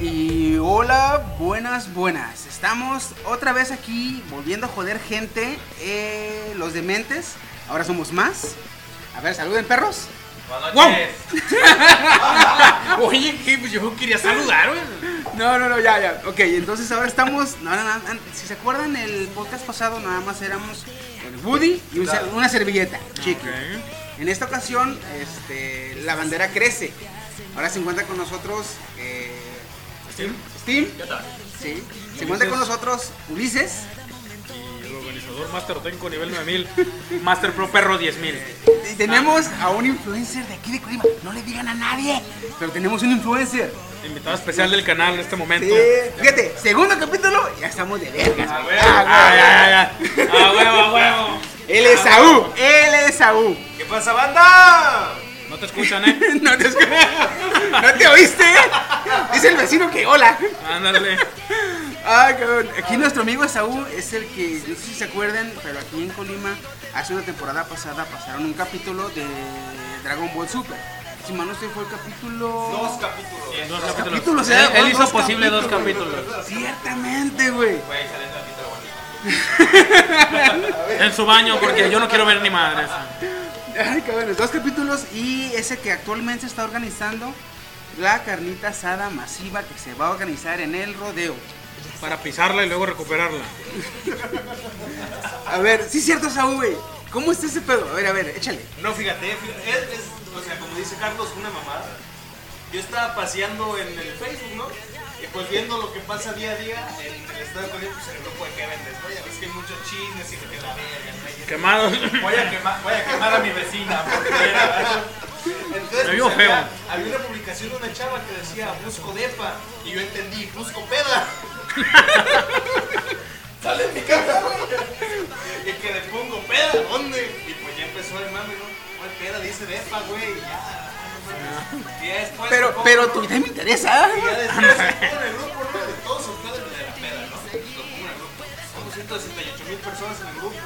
Y hola, buenas, buenas. Estamos otra vez aquí volviendo a joder gente. eh, los dementes. Ahora somos más. A ver, saluden perros. Buenas ¡Guau! noches. Oye, ¿qué? Pues yo quería saludar, güey. No, no, no, ya, ya. Ok, entonces ahora estamos. No, no, no, an- si se acuerdan, el podcast pasado nada más éramos el Woody y un ser- una servilleta, chiqui. En esta ocasión, este, la bandera crece. Ahora se encuentra con nosotros eh, Steam. Steam. ¿Qué tal? Sí. Se encuentra con nosotros Ulises. Y el organizador Master Otenco nivel 9000, Master Pro Perro 10000. Y tenemos a un influencer de aquí de Colima. No le digan a nadie, pero tenemos un influencer. Invitado especial del canal en este momento. Sí. Fíjate, segundo capítulo, ya estamos de vergas. A güey. huevo, Ah, güey. ah, ya, ya, ya. A huevo, a huevo. Él es Saúl, él es Saúl. ¿Qué pasa, banda? No te escuchan, eh. No te, escu- ¿No te oíste, eh? Dice el vecino que hola. Ándale. Ah, cabrón. Aquí nuestro amigo Saúl es el que, no sé si se acuerdan, pero aquí en Colima, hace una temporada pasada pasaron un capítulo de Dragon Ball Super. Si mal no estoy, fue el capítulo. Dos capítulos. Dos capítulos, capítulos. eh, Él, él hizo dos posible dos capítulos. capítulos. Ciertamente, güey. Güey, sale tantito, güey. En su baño, porque yo no quiero ver ni madres. Ay, cabrón, dos capítulos y ese que actualmente se está organizando la carnita asada masiva que se va a organizar en el rodeo. Para pisarla y luego recuperarla. A ver, sí es cierto, Saúl, güey. ¿Cómo está ese pedo? A ver, a ver, échale. No, fíjate, eh, fíjate, es, es- o sea, como dice Carlos, una mamada. Yo estaba paseando en el Facebook, ¿no? Y pues viendo lo que pasa día a día en el estado de Colima, pues el grupo de que vendes, ¿no? Ya ves que hay muchos chismes y que la verga, ¿no? Y- Quemado. Voy a, quemar, voy a quemar a mi vecina. porque era- Entonces, Me vio pues, feo. había- había una publicación de una chava que decía busco depa y yo entendí busco peda. Sale de mi casa, güey. Y que le pongo peda, ¿dónde? Y pues ya empezó el mami, ¿no? ¿Cuál peda? Dice depa, güey. y Ya. no mames. Y ya después. Pero, supongo- pero tu idea me interesa. y ya después en el grupo, ¿no? De todos sus pedos de la peda, ¿no? Lo pongo en el grupo. Somos 168 mil personas en el grupo.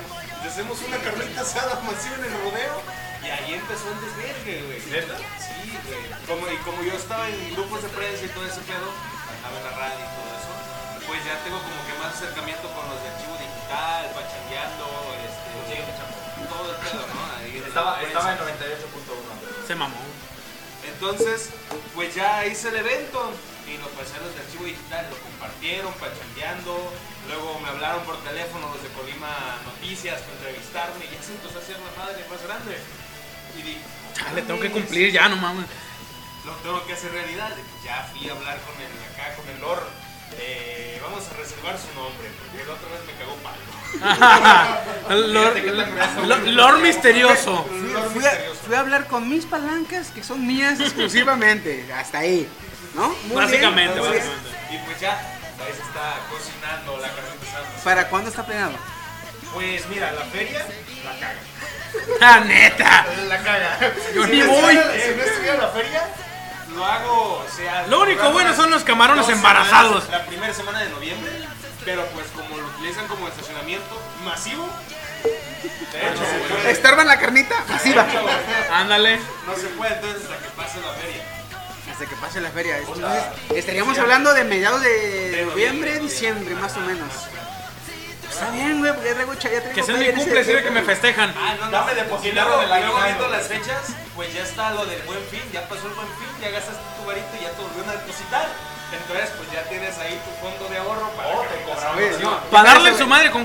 Les hacemos una carnita asada masiva en el rodeo. Y ahí empezó el desvergue, güey. ¿Neta? Sí, güey. Como, y como yo estaba en grupos de prensa y todo ese pedo, a ver la radio y todo eso, pues ya tengo como que más acercamiento con los de archivo digital, pachangueando, este, todo el pedo, ¿no? Ahí en la prensa. 98.1. Se mamó. Entonces, pues ya hice el evento y lo pasaron de archivo digital, lo compartieron, pachandeando. Luego me hablaron por teléfono los de Colima Noticias para entrevistarme y ya se empezó a hacer la madre más grande. Y dije, Chale, Ah, tengo que cumplir ya, no mames. lo tengo que hacer realidad. Y pues ya fui a hablar con el acá, con el Lord. Eh, vamos a reservar su nombre, porque la otra vez me cagó palo. Lord, Fíjate qué tan grueso, Lord- güey. Lord misterioso. Fui, Lord fui a, misterioso. fui a hablar con mis palancas que son mías exclusivamente. Hasta ahí. ¿No? Muy bien, Básicamente, muy bien. básicamente. Y pues ya, ahí se está cocinando la carnita asada. ¿Para cuándo está planeado? Pues mira, la feria la caga. Ah, neta. La caga. Yo Si ni no voy. estuviera- Si no estuviera en la feria, lo hago, o sea. Lo único programa bueno son los camarones dos embarazados. semanas, La primera semana de noviembre, pero pues como lo utilizan como estacionamiento masivo. De hecho, se puede. ¿Estorban la carnita? Así va. Ándale. No se puede entonces hasta que pase la feria. Hasta que pase la feria. Entonces, estaríamos hablando de mediados de noviembre, diciembre, más o menos. Está bien, güey, porque ya traigo cha- ya traigo Que sea feria mi en ese- cumple, sirve que me festejan. Ah, no, no. Dame si depositado luego- del luego aguinaldo. viendo las fechas, pues ya está lo del buen fin, ya pasó el buen fin, ya gastaste tu varito y ya te volvieron a depositar. Entonces, pues ya tienes ahí tu fondo de ahorro para. Oh, que te tengas- cobraron. Oye, no, Para darle deja en su eso, madre con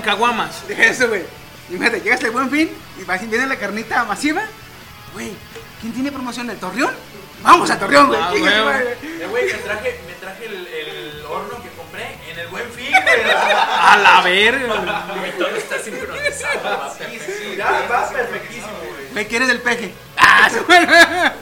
caguamas. güey. Deja eso, güey. Imagínate, llegas al buen fin y vas- viene la carnita masiva. Güey, ¿quién tiene promoción? ¿El Torreón? Vamos a Torreón, güey. Ah, Chinga su güey. madre. Eh, güey, me traje, me traje el, el horno que compré en el buen fin, güey. A la verga. Mi tono está sincronizado. va Sí, perfecto. sí, Ya, sí, ya va está perfectísimo, sincronizado, güey. Me quieres del peje. Ah, su madre.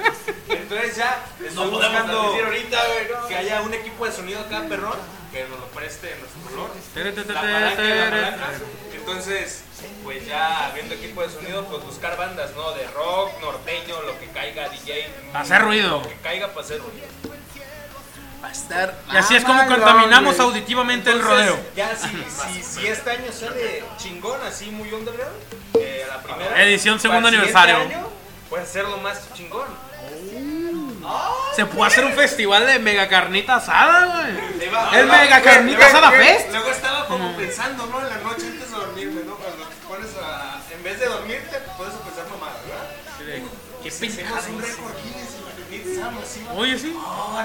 Entonces ya estoy No podemos buscando transmitir ahorita, güey. no. que haya un equipo de sonido acá, perrón, que nos lo preste en nuestro color. Tere, tere, La palanca y la tere. palanca. Entonces, pues ya viendo equipo de sonido, pues buscar bandas, ¿no? De rock, norteño, lo que caiga, DJ. Pa' hacer ruido. Lo que caiga para hacer ruido. Va a estar. Y así es como mamalón, contaminamos Ah, güey. auditivamente el Entonces, rodeo. Ya si, si, si este año sale chingón, así muy underground, eh, a la primera. Edición segundo para el siguiente aniversario. año, Puede hacerlo más chingón. Se puede hacer un festival de mega carnita asada, güey. Le va. Es va. mega Güey, carnita güey, asada güey, fest. Luego estaba como pensando, ¿no? En la noche antes de dormirme, ¿no? Cuando te pones a. En vez de dormirte, puedes empezar mamadas, ¿verdad? Qué Hicimos pendejada. un récord Guinness y lo que pensamos, ¿sí? Oye, sí.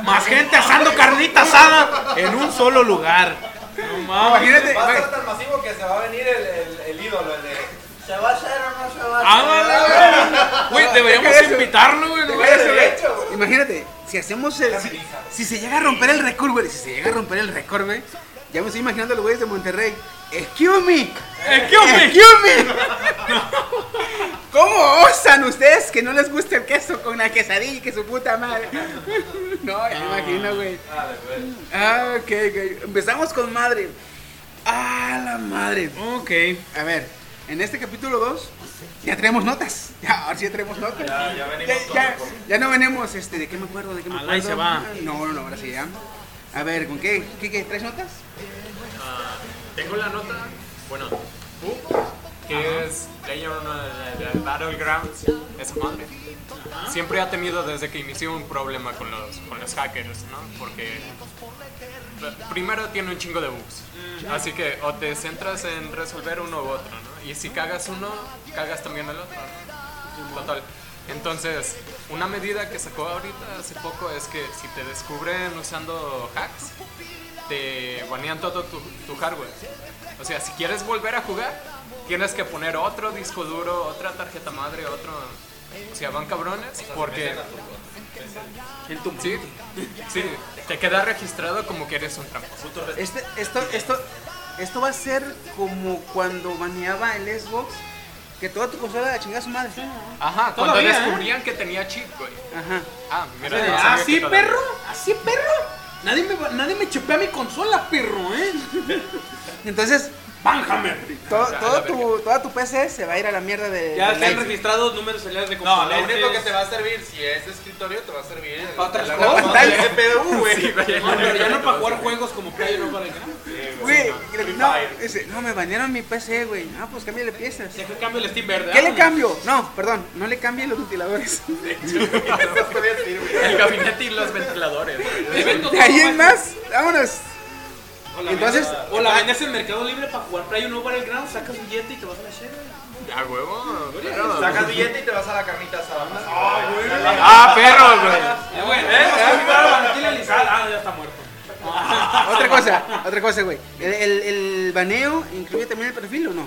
Más gente asando carnita asada en un solo lugar. No mames. Imagínate, Va a güey. estar tan masivo que se va a venir el, el, el ídolo, el de. ¿Se va a hacer o no se va Ah, Ándale, Ah, güey. Güey, deberíamos invitarlo, güey. no vaya a ser. De hecho, güey. Imagínate, si hacemos el. Si, si se llega a romper el récord, güey. Si se llega a romper el récord, güey. Ya me estoy imaginando a los güeyes de Monterrey. Excuse me. Eh, ¿Qué onda? Excuse me. ¿Cómo osan ustedes que no les gusta el queso con la quesadilla y que su puta madre? No, ya me imagino, güey. Ah, ok, ok. Empezamos con madre. Ah, la madre. Ok. A ver, en este capítulo 2 ya traemos notas. Ya, ahora sí ya traemos notas. Ya, ya ya, ya no venimos, este, ¿de qué me acuerdo? ¿De qué me Al acuerdo? ahí se va. No, no, no, ahora sí ya. A ver, ¿con qué? ¿Qué, qué? ¿Tres notas? Ah, tengo la nota, bueno, U, que es Player de Battlegrounds, esa madre. Siempre ha temido desde que inició un problema con los, con los hackers, ¿no? Porque pr- primero tiene un chingo de bugs. Así que o te centras en resolver uno u otro, ¿no? Y si cagas uno, cagas también el otro. ¿no? Total. Entonces, una medida que sacó ahorita hace poco es que si te descubren usando hacks, te banean todo tu, tu hardware. O sea, si quieres volver a jugar, tienes que poner otro disco duro, otra tarjeta madre, otro... O sea, van cabrones porque... Sí, sí, te queda registrado como que eres un tramposo. Este, esto, esto, esto va a ser como cuando baneaba el Xbox, que toda tu consola la chingaba su madre. Ajá, cuando Todavía, ¿eh? descubrían que tenía chip, güey. Ajá. Ah, mira. no sabía Ah, que sí, todavía- perro. Así, perro. Nadie me, nadie me chepea mi consola, perro, ¿eh? Entonces, Bánjame. todo, a todo la tu, toda tu PC se va a ir a la mierda de. Ya de están ley. registrados números celulares de No, lo componentes. único que te va a servir, si es de escritorio, te va a servir. el- Para otras la- la- cosas. la- la- CPU, güey. No, pero ya no para jugar juegos como Play, no para acá. Güey, no, ese, no, me banearon mi PC, güey. Ah, pues cámbiale piezas. Deja que cambie el Steam verde. Ah, ¿Qué le cambio? No, perdón, no le cambien los ventiladores. El gabinete y los ventiladores. güey. De ahí en más, vámonos. Entonces, O la vendes en Mercado Libre para jugar Play no para el ground, sacas billete y te vas a la chela. Ya, huevo. claro. Sacas billete y te vas a la carnita asada. Ah, perro, güey. Eh, bueno, eh, para la Ah, ya está muerto. otra cosa, otra cosa, güey. El, el- el baneo incluye también el perfil o no?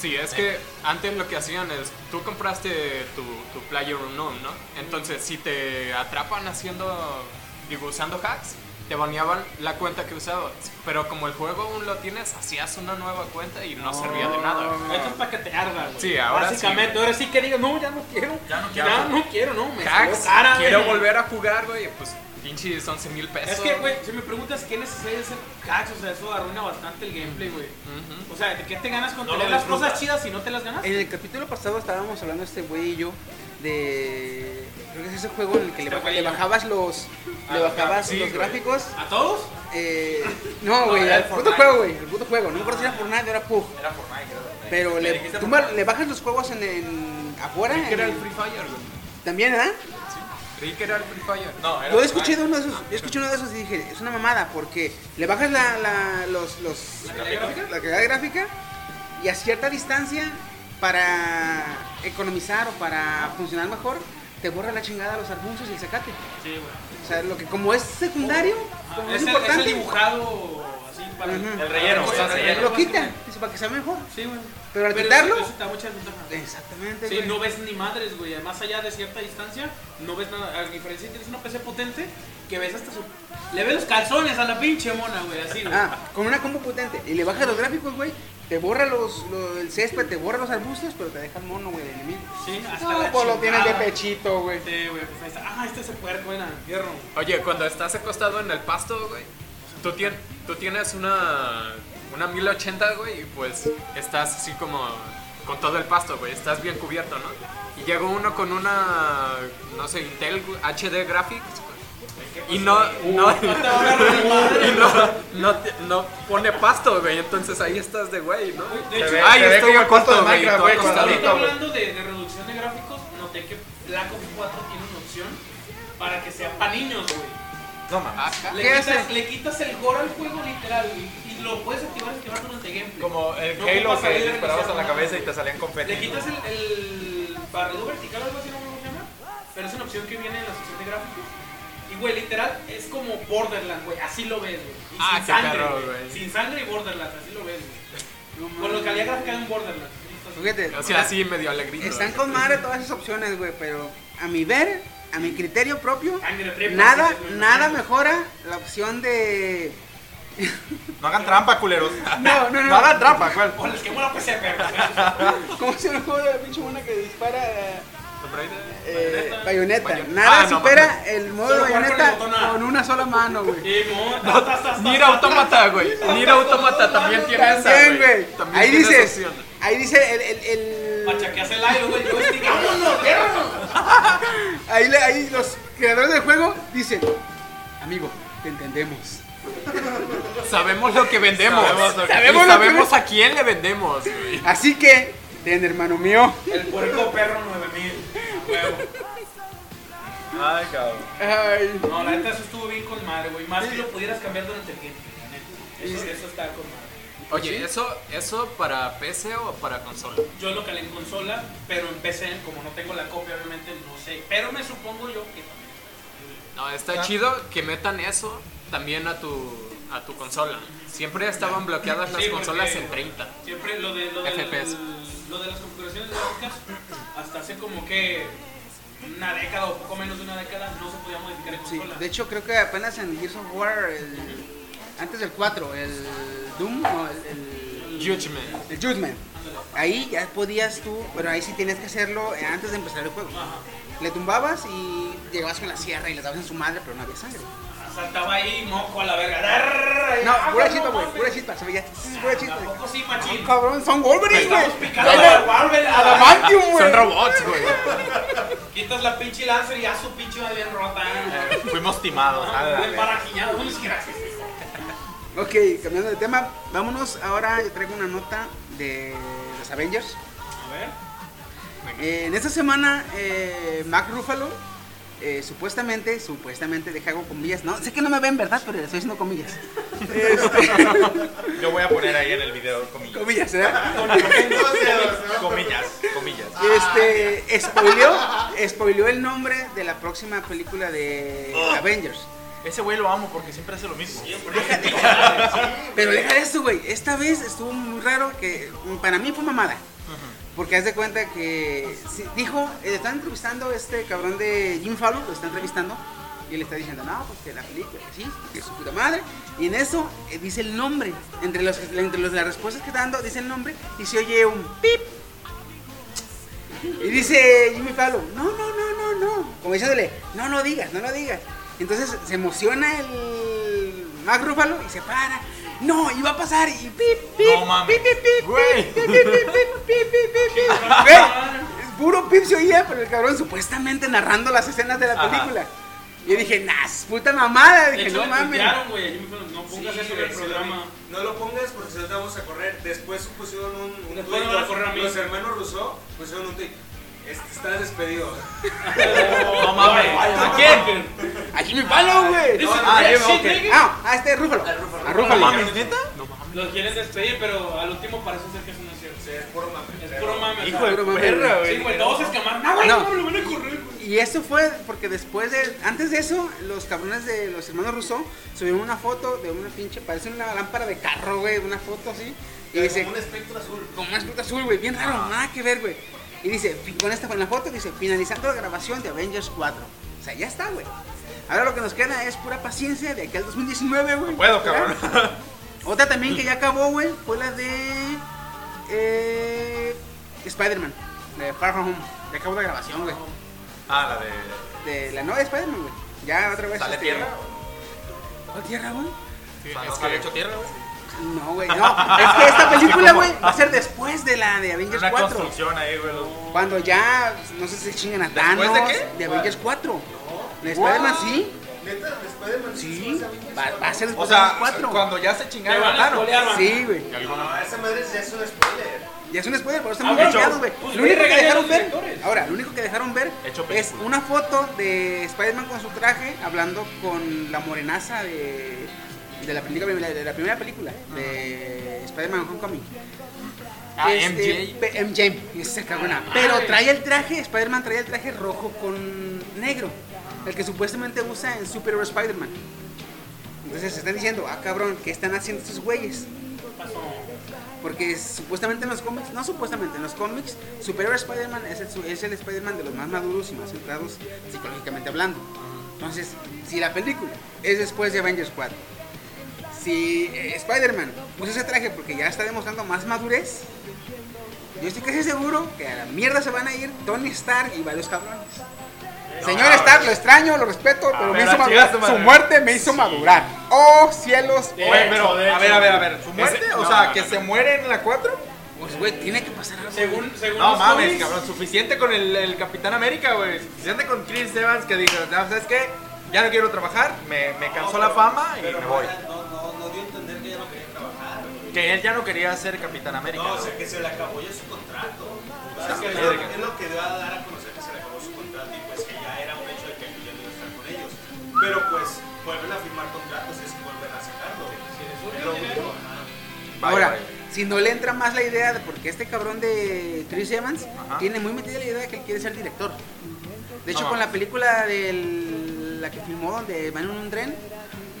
Sí, es que antes lo que hacían es, tú compraste tu, tu player unknown, ¿no? Entonces, si te atrapan haciendo, digo, usando hacks, te baneaban la cuenta que usabas. Pero como el juego aún lo tienes, hacías una nueva cuenta y no servía de nada. Esto es para que te arda, güey. Sí, ahora sí, Básicamente, güey. ahora sí que digas, no, ya no quiero. Ya no quiero. Ya no quiero, no. Me Hacks, salió cara, quiero güey. volver a jugar, güey, pues pinches 11 mil pesos. Es que, güey, si me preguntas quién es ese hacer hacks, o sea, eso arruina bastante el gameplay, güey. O sea, ¿de qué te ganas con No tener lo las disfrutas. cosas chidas si no te las ganas? En el capítulo pasado estábamos hablando este güey y yo de. Creo que es ese juego en el que le, Este baja- güey le y yo. bajabas los. Ah, Le bajabas los gráficos. ¿A todos? Eh, no, güey, era al el puto Fortnite. juego, güey. El puto juego. No me acuerdo si era Fortnite o era Pug. Era Fortnite, creo. Pero le, dijiste tú Fortnite. mal- le bajas los juegos en, en- afuera. Creí que era en- el Free Fire, güey. También, ¿verdad? Creí que era el Free Fire. No, era Yo escuché de uno de esos, yo escuché uno de esos y dije, es una mamada, porque le bajas la, la, los, los, la calidad gráfica? y a cierta distancia, para economizar o para funcionar mejor, te borra la chingada los arbustos y el zacate. Sí, güey. O sea, lo que como es secundario, como es, Es, el, es el importante, dibujado así para Ujú. el relleno, o sea, relleno. lo quita, dice, para que sea mejor. Sí, güey. Pero al eso- quitarlo- eso te da mucha desventaja. Exactamente. Sí, güey. no ves ni madres, güey. Más allá de cierta distancia, no ves nada. A diferencia, tienes una PC potente que ves hasta su. Le ves los calzones a la pinche mona, güey. Así, güey. Ah, con una combo potente. Y le bajas los gráficos, güey. Te borra los, lo- el césped, te borra los arbustos, pero te deja el mono, güey, del enemigo. Sí, hasta No, la pues lo tienes de chingada. pechito, güey. Sí, güey, pues ahí está. Ah, este es el puerco, buena, fierro. Oye, cuando estás acostado en el pasto, güey, tú, tien- tú tienes una, una 1080, güey, y pues estás así como con todo el pasto, güey, estás bien cubierto, ¿no? Y llegó uno con una, no sé, Intel HD Graphics, güey, y no, no, y no, no, te- no pone pasto, güey, entonces ahí estás de güey, ¿no? De hecho, Ay, te ve estoy como el corto corto de de Minecraft, Minecraft, güey, güey, con la Ahorita acostadito, güey. hablando de, de reducción de gráficos, noté que Black Ops 4 tiene una opción para que sea para niños, güey. No mames. Ah, ¿Qué Le quitas, hace? le quitas el gore al juego literal y, y lo puedes activar y activar durante gameplay. Como el No Halo ocupas que salir a disparabas en iniciar la nada. cabeza y te salían confeti. Le quitas el, el barrido vertical o algo así, no me acuerdo cómo se llama. Pero es una opción que viene en la sección de gráficos. Y, güey, literal, es como Borderlands, güey. Así lo ves, güey. Y Ah, sin qué sangre, perro, güey. güey. Sin sangre y Borderlands, así lo ves, güey. No Con la mames. calidad gráfica de un Borderlands. Fíjate, O sea, así medio alegrito. están con madre todas esas opciones, güey, pero a mi ver, a mi criterio propio, Sangre prepa, nada, dices, güey, no nada mames. mejora la opción de... No hagan trampa, culeros. No, no, no. No hagan trampa, cuál. O les quemó la PC, perro. ¿Cómo se llama el juego de la pinche mona que dispara eh, eh, Bayoneta. bayoneta? Bayo- Nada Ah, no, supera el modo de Solo jugar con el bayoneta botón A. con una sola mano, güey. Y monta, tas, tas, Nier tas, Automata, güey. Nier Automata también tiene esa, También, güey. güey. También Ahí tiene esa dices, opción. ahí dice el... el- el- Machaqueas el aire, güey. Joystick, vámonos, perro. ahí, le- ahí los creadores del juego dicen, amigo, te entendemos. Sabemos lo que vendemos. Sabemos lo que- Sabemos Sabemos, lo que- sabemos a quién le vendemos, güey. Así que, ten hermano mío. El puerco perro 9000. a huevo. Ay, cabrón. Ay. No, la neta, eso estuvo bien con madre, güey. Más que lo pudieras cambiar durante el gameplay. la neta. Eso, eso está con madre. Oye, ¿eso, ¿eso para PC o para consola? Yo lo calé en consola, pero en PC, como no tengo la copia, obviamente no sé. Pero me supongo yo que también. No, está chido que metan eso también a tu, a tu consola. Siempre estaban bloqueadas las Sí, porque- consolas en 30. Siempre lo de, lo del- FPS. lo de las configuraciones gráficas, hasta hace como que una década o poco menos de una década, no se podía modificar en Sí, consola. de hecho creo que apenas en Gears of War, el- antes del 4, el Doom o el, Judgment. el, el Judgment, Ándale. ahí ya podías tú, pero ahí sí tenías que hacerlo eh, antes de empezar el juego. Ajá. Le tumbabas y llegabas con la sierra y le dabas en su madre, pero no había sangre. Saltaba ahí, moco a la verga. ¡Arr! No, Ah, pura no chispa, güey, mames. pura chispa, se veía, pura chispa. Tampoco sí, machín. Cabrón, son Wolverine, Pues, güey. Estamos picando a Marvel, a la madre. Adamantium, güey. Son robots, güey. Quitas la pinche lanza y ya su pinche va bien rota. Eh, Fuimos timados. Bien ándale. parajiñado. Uy, gracias. Ok, cambiando de tema, vámonos. Ahora yo traigo una nota de los Avengers. A ver. Eh, en esta semana, eh, Mac Ruffalo eh, supuestamente, supuestamente, deja hago comillas, ¿no? Sé que no me ven, ¿verdad? Pero le estoy haciendo comillas. Yo voy a poner ahí en el video comillas. ¿eh? Comillas, ¿verdad? Comillas, comillas. Este, spoileó, spoileó el nombre de la próxima película de Avengers. Ese güey lo amo porque siempre hace lo mismo. Pero deja eso, güey. Esta vez estuvo muy raro que mm, para mí fue mamada. Porque haz de cuenta que sí, dijo, eh, están entrevistando a este cabrón de Jim Fallon, lo está entrevistando, y le está diciendo, no, pues que la película, que sí, que su puta madre. Y en eso eh, dice el nombre, entre, los, entre los- las respuestas que está dando, dice el nombre y se oye un pip. Y dice Jimmy Fallon, no, no, no, no, no. Como diciéndole, no lo digas, no lo digas. Entonces se emociona el Mac Ruffalo y se para. No, y va a pasar. Y pip, pip, No mames. pip, pip, pip, Güey. pip, pip, pip, pip, pip, pip, pip, pip. Güey, es puro pip se oía, pero el cabrón supuestamente narrando las escenas de la Ajá. película. Y yo dije, nas, puta mamada. De Dije, hecho, no le mames. tuitearon, güey. Yo me dijeron, no pongas eso en el programa. No lo pongas porque si no te vamos a correr. Después pusieron un, un Después me van a los- correr a mí. Los hermanos Rousseau pusieron un tweet. Este, estás despedido. No mames. ¿A quién? A Jimmy Fallon, güey. Ah, Ah, lleva, ok. Ah, a este Ruffalo. A Ruffalo. ¿neta? Los quieren despedir, pero al último parece ser que eso no es cierto. Es puro mame. Es puro mame. Hijo de Pero, mami, perra, Sí, güey. güey, todos se escamaron. No, güey, No. no, me lo van a correr, güey. Y eso fue porque después de, antes de eso, los cabrones de los hermanos Rousseau subieron una foto de una pinche, parece una lámpara de carro, güey, una foto así. Y dice, Como un espectro azul. con más fruta azul, güey, bien raro, nada que ver, güey. Y dice, fin- con esta, con la foto, dice, finalizando la grabación de Avengers 4. O sea, ya está, güey. Ahora lo que nos queda es pura paciencia de aquí al 2019, güey. Puedo, cabrón. Otra también que ya acabó, güey, fue la de eh, Spider-Man, de Far From Home. Ya acabó la grabación, güey. Ah, la de. De la nueva de Spider-Man, güey. Ya otra vez. ¿Sale este, tierra? ¿Cuál tierra, güey? es ¿Sale que- hecho tierra, güey? No, güey, no. Es que esta película, güey, va a ser después de la de Avengers Una 4. construcción ahí, güey. los- Cuando ya, no sé si chingan a ¿Después Thanos. de qué? Avengers 4. La Spider-Man sí. Neta, Spider-Man Sí. Va, va a ser O después de sea, Avengers 4. cuando ya se Me chingaron van a a Thanos. espolear, va. Sí, güey. No, esa madre ya es un spoiler. Ya es un spoiler, pero está Ah, muy bueno, criticado, güey. pues, Lo güey, único que regaña a dejaron los ver. directores. Ahora, lo único que dejaron ver Hecho es película. una foto de Spider-Man con su traje hablando con la morenaza de, de la película de la primera película de Spider-Man Homecoming. Ah, Este, pe- MJ, esa cagona. Ah, Pero trae el traje, Spider-Man trae el traje rojo con negro, el que supuestamente usa en Super Hero Spider-Man. Entonces se están diciendo, ah cabrón, ¿qué están haciendo estos güeyes? Porque supuestamente en los cómics, no supuestamente, en los cómics, Superior Spider-Man es el, su- es el Spider-Man de los más maduros y más centrados psicológicamente hablando. Entonces, si la película es después de Avengers 4, si eh, Spider-Man usa ese traje porque ya está demostrando más madurez, yo estoy casi seguro que a la mierda se van a ir Tony Stark y varios cabrones. Señor Stark, lo extraño, lo respeto, pero me pero hizo a madurar. chingar a tu Su madre. muerte me hizo madurar. Oh, cielos. Oye, pero, hecho, a de hecho. ver, a ver, a ver. ¿Su muerte? Ese- o no, sea, no, ¿que no. se muere en la 4? Pues, güey, tiene que pasar algo. Según, según No los mames, cómics, cabrón. Suficiente con el, el Capitán América, güey. Suficiente con Chris Evans que dijo, "No, ¿sabes qué? Ya no quiero trabajar, me, me cansó la fama y me voy. No, no, no dio a entender que ya no quería trabajar. güey. Que él ya no quería ser Capitán América. No, o güey. sea, que se le acabó ya su contrato. Es, que es, lo, verga. es lo que va a dar a conocer que se le acabó su contrato y pues que ya era un hecho de que aquí ya no iba a estar con ellos. Pero pues vuelven a firmar contratos y es que vuelven a sacarlo. Es lo único. ajá. Bye, Ahora, bye. si no le entra más la idea de porque este cabrón de Chris Evans Ajá. tiene muy metida la idea de que él quiere ser director. De hecho, No. con la película de la que filmó donde van en un tren,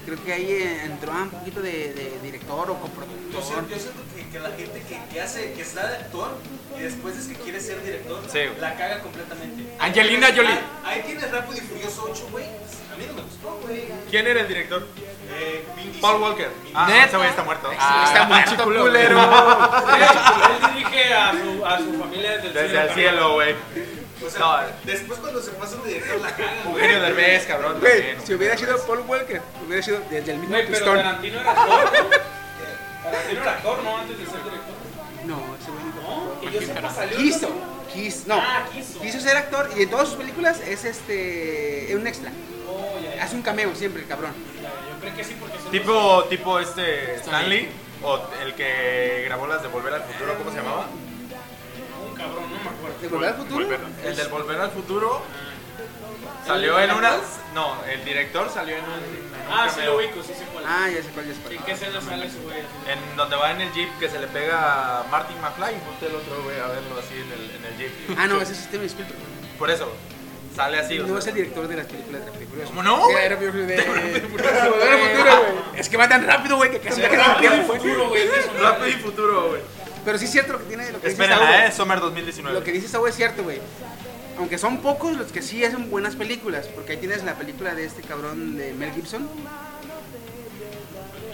creo que ahí eh, entró un poquito de, de director o Yo siento, yo coproductor. siento que, que la gente que, que hace, que está de actor y después es que quiere ser director, Sí. la caga completamente. Angelina Jolie. Ah. Ahí, ahí tienes Rápido y Furioso 8, güey. A mí no me gustó, güey. ¿Quién era el director? Eh, Vin Diesel. Paul Walker. Ah, ¿Neta? ese güey está muerto. Ah, Está muy Chico culero. él dirige a su, a su familia desde el Ah, Desde cielo. el cielo, güey. O sea, No. después cuando se pasa un director la caga, güey. Eugenio Derbez, cabrón. también, si hubiera sido Paul Walker, hubiera sido desde el mismo Güey, pero pistón. Tarantino era actor. ¿no? Tarantino era actor, ¿no? Antes de ser director. No, ese güey no. No, que yo sepa salió. Quiso, quiso, no. Ah, quiso. Quiso ser actor y en todas sus películas es este un extra. Oh, ya, ya, Hace un cameo siempre el cabrón. ya, Yo creo que sí, porque son Tipo, tipo este Stanley o el que grabó las de Volver al Futuro, ¿cómo se llamaba? un cabrón, no me acuerdo. ¿De volver al futuro? El del Volver al Futuro salió en una no, el director salió en un, en un Ah, sí lo cameo. ubico, sí sé cuál. Ah, ya sé cuál, ya sé cuál. ¿En qué escena sale ese güey? en donde va en el jeep que se le pega a Martin McFly, ponte el otro güey a verlo así en el, en el jeep. Ah, no, ese es Steven Spielberg. Por eso sale así, o No es sea, el director de las películas de las películas. ¿Cómo no, güey? Era película de- Volver al Futuro, güey. Es que va tan rápido, güey, que casi me quedo tiempo, güey. Futuro, güey, es eso. Rápido y futuro, güey. Pero sí es cierto lo que tiene lo que dice Esperen, Saúl, a güey. eh, Summer Lo que 2019. dice Saúl es cierto, güey. Aunque son pocos los que sí hacen buenas películas, porque ahí tienes la película de este cabrón de Mel Gibson,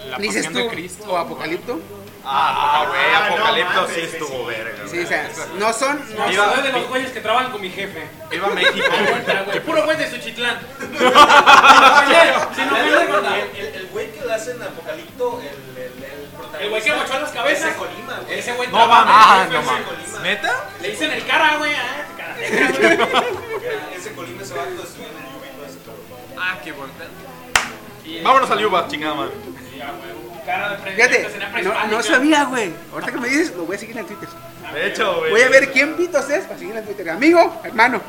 La dices pasión tú, de Cristo. o Apocalipto. Ah, güey, Ah, no Apocalipto mames, sí estuvo verga. Sí, o güey. sea, no son, no No, Viva- soy de los güeyes que trabajan con mi jefe. Viva México. güey. Aguanta, güey. Puro güey de Suchitlán. Si no ofender, sin ofender, banda. El- el- El güey que lo hace en Apocalipto, el, el, el protagonista. El güey que mochó las cabezas. Es de Colima, güey. Ese güey No trabaja mames. Ah, con mi no jefe, mames. güey. ¿Neta? Le dicen el cara, güey. Ah, ese cara. Ese Colima se va a construir en el Yubi, todo ese cabrón. Ah, qué buen plan. Vámonos al Yuba, chingada madre. Ya, güey, Cara de pre- de Fíjate, escena no, prehispánica. no sabía, güey. Ahorita que me dices, lo voy a seguir en Twitter. De hecho, güey. Voy a ver quién pitos es para seguir en Twitter. Amigo, hermano,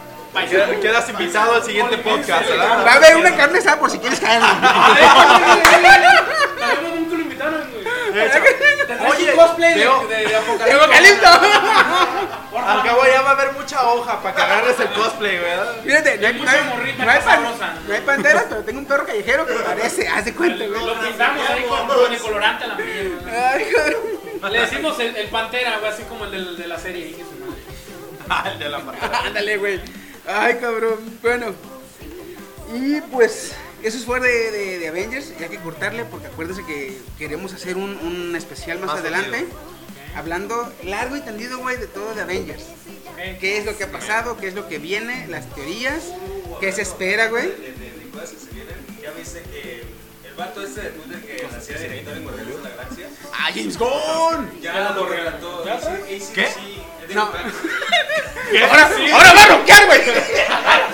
Queda- Quedas invitado al siguiente podcast, ¿verdad? va a haber una carne asada por si quieres caer. Sabemos Ah, nunca lo invitaron, güey. De hecho, Te traes Oye, un cosplay de- veo- de, de Apocalipto. ¡Apocalipto! Porfa. al cabo ya va a haber mucha hoja para que agarres el cosplay, ¿verdad? Fíjate, no hay, no, mucha hay- morrita no hay que pan- sabrosa. no hay panteras, pero tengo un perro callejero que parece, haz de cuenta, güey. Lo pintamos ahí con, con el colorante a la mierda. Ay, cabrón. Le decimos el, el pantera, güey, así como el del- de la serie. dije su madre. Ah, el de la patada. Ándale, güey. Ay, cabrón. Bueno. Y pues, eso fue de, de, de Avengers. Y hay que cortarle porque acuérdense que queremos hacer un, un especial más, Más adelante. tendido. Hablando largo y tendido, güey, de todo de Avengers. ¿Qué es lo que ha pasado? ¿Qué es lo que viene? Las teorías. ¿Qué se espera, güey? De, de, de cosas que se vienen. Ya viste que Eh, el vato este de Twitter que hacía director en Guardianes de la Galaxia. ¡Ah, James Gunn! Ya, Ya lo lo relató. ¿Ya ¿Qué? No. ¿Qué? Ahora, ahora va a bloquear, güey.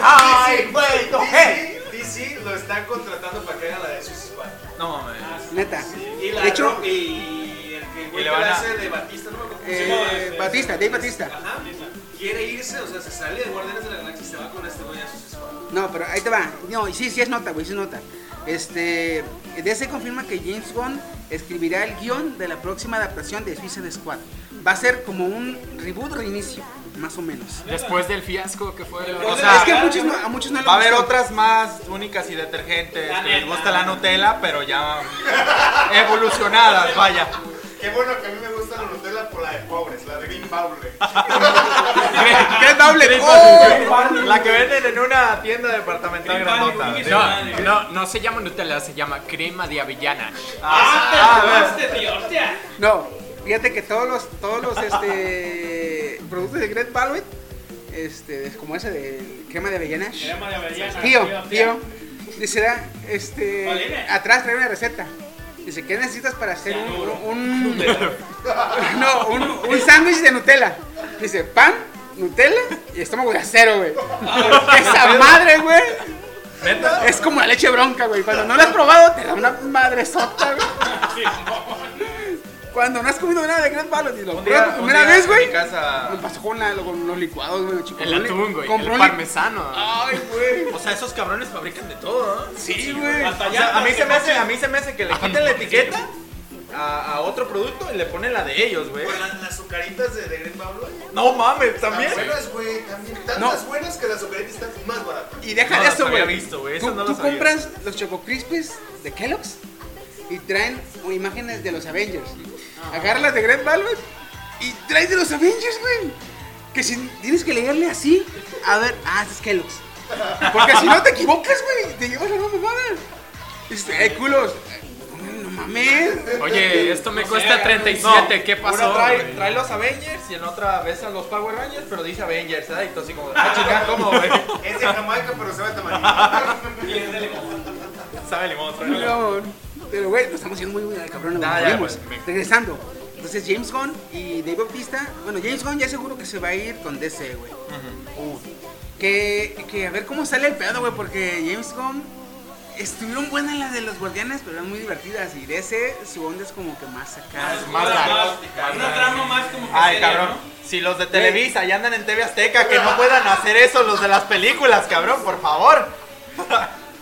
¡Ay, güey! no, hey. DC, DC lo eh. está contratando para que haga la de Suicide Squad. No mames. Neta. Y la De hecho, Rock- y el que Y güey le que van la a- hace de Batista, no me acuerdo cómo se llama. este, Eh, Batista, Dave Batista. Ajá. Quiere irse, o sea, se sale de Guardianes de la Galaxia y se va con este güey a sus escuadras. No, pero ahí te va. No, y sí, sí es nota, güey, sí es nota. Este, DC confirma que James Gunn escribirá el guión de la próxima adaptación de Suicide Squad. Va a ser como un reboot reinicio, más o menos. Después del fiasco que fue. O es sea, que a muchos no, a muchos no les Va a haber gustó. otras más únicas y detergentes La que les neta. gusta la Nutella, pero ya evolucionadas, vaya. Qué bueno que a mí me gusta la Nutella por la de pobres, la de Green Bowler. ¿Qué doble? ¡Oh! Barney. la que venden en una tienda departamental Green Barney, grandota. Green Ah, Barney. No, no, no se llama Nutella, se llama crema de avellana. ah, a ver. ¡Ah, te mamaste, tío! ¡Hostia! No, fíjate que todos los, todos los este, productos de Great Valvet, este, como ese de crema de avellana. Crema de avellana. Tío, hostia. tío, dice, da, este, Vale. atrás trae una receta. Dice, ¿qué necesitas para hacer un, Cianuro. un, no, un, un sándwich de Nutella? Dice, pan, Nutella y estómago de acero, güey. Ah. Esa madre, güey. Es como la leche bronca, güey. Cuando no la has probado, te da una madre sota, güey. Cuando no has comido nada de gran palo, y lo ah, Un pruebas día- por un primera día vez, En güey. mi casa. Me pasó con, la- con los licuados, güey, chico. El Con li- atún, güey. con El proli- parmesano. Ay, güey. O sea, esos cabrones fabrican de todo, ¿no? Sí, güey. O sea, a mí se me hace, a mí se me hace que Ah, le quiten la etiqueta a, a otro producto y le ponen la de ellos, güey. Con la- las azucaritas de, de Green Bowler. No mames, Tan también. buenas, güey, también. Tan No. más buenas que las azucaritas están más baratas. Y deja No de las eso, había güey. visto, güey, Tú, esas no tú las sabía. compras los Choco Crispies de Kellogg's y traen o, imágenes de los Avengers. Agarra las de Greg Valve y traes de los Avengers, güey. Que si tienes que leerle así, a ver, ah, este es Kellogg's. Porque si no te equivocas, güey, te llevas la misma mamada. Dices, eh, culos. eh, No mames. Oye, esto me cuesta No, 37, ¿qué pasó? Uno trae, güey? trae los Avengers y en otra vez a los Power Rangers, pero dice Avengers, ¿eh? Y tú así como, ah, chica, ¿cómo, güey? Es de Jamaica, pero se va a tamarindo. Y es de limón. Sabe limón, trae limón. No, pero güey, nos estamos yendo muy muy al cabrón. Ya, nos ya, morimos. pues, me- Regresando. Entonces James Gunn y Dave Bautista, bueno, James Gunn ya seguro que se va a ir con DC, güey. Uh, que, que a ver cómo sale el pedo, güey, porque James Gunn estuvieron buenas las de los guardianes, pero eran muy divertidas. Y DC, su onda es como que más acá. Más Una dark. trama- Una trama más como que Ay, seria, cabrón. ¿no? Si los de Televisa ya andan en TV Azteca, que no puedan hacer eso los de las películas, cabrón, por favor.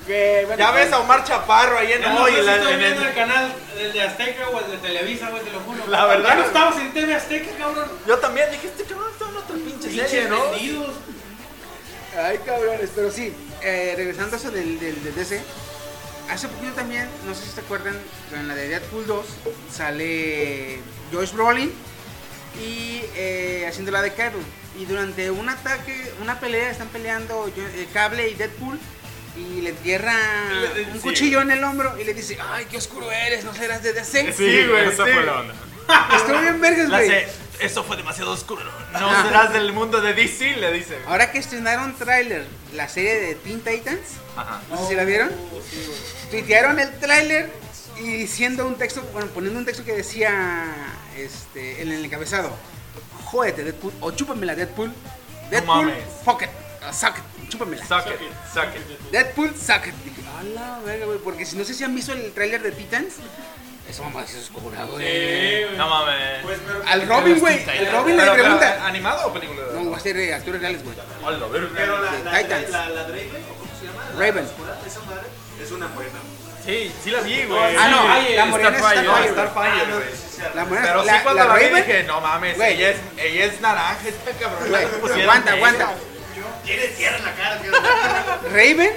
Güey, bueno, Ya ves a Omar Chaparro ahí en Ya no Hoy. sé si la- estoy en viendo el- el canal del de Azteca o el de Televisa, güey, te lo juro. La verdad. Ya no estabas en TV Azteca, cabrón. Yo también dije, este cabrón está en otra pinche serie, Pinches ¿no? vendidos. Ay, cabrones, pero sí, eh, regresando a eso del, del, del DC, hace poquito también, no sé si te acuerdan, en la de Deadpool 2 sale Josh Brolin y eh, haciendo la de Cable. Y durante un ataque, una pelea, están peleando yo- eh, Cable y Deadpool y le entierra un cuchillo en el hombro y le dice, ay, qué oscuro eres, no serás de DC. Sí, güey, esa sí. fue la onda. Estuvo bien vergas, La güey. sé, Eso fue demasiado oscuro. No serás del mundo de DC, le dice. Ahora que estrenaron tráiler, la serie de Teen Titans, Ajá. No sé si la vieron. Tuitearon el tráiler y diciendo un texto, bueno, poniendo un texto que decía este, en el encabezado: Jódete, Deadpool, o chúpamela, Deadpool. Deadpool, mames. fuck it, uh, suck it, chúpamela. Suck it, suck it. Deadpool, suck it. Dije, a la verga, güey, porque si no sé si han visto el tráiler de Titans, eso mamá eso es oscura, güey. No mames. Pues, pero. Al Robin, güey, el Robin le Pero, pero, pregunta: ¿Animado o película? No, va a ser eh, actores reales, güey. Hola, Pero Ah, la, la, la, Titans. la, la Draven, ¿o ¿cómo se llama? La- Raven. la oscura, Esa madre es una buena. Sí, sí la vi, güey. Ah, no, Starfire, la morena es Starfire, Starfire, güey. Starfire, No, güey. sí, sí, sí. La morena Pero sí la- cuando la, vi Raven- dije, no mames, Güey. ella es, ella es naranja, esta cabrona. Pues Güey, la pusieron aguanta, negra. aguanta. Tiene tierra en la cara, tío. Raven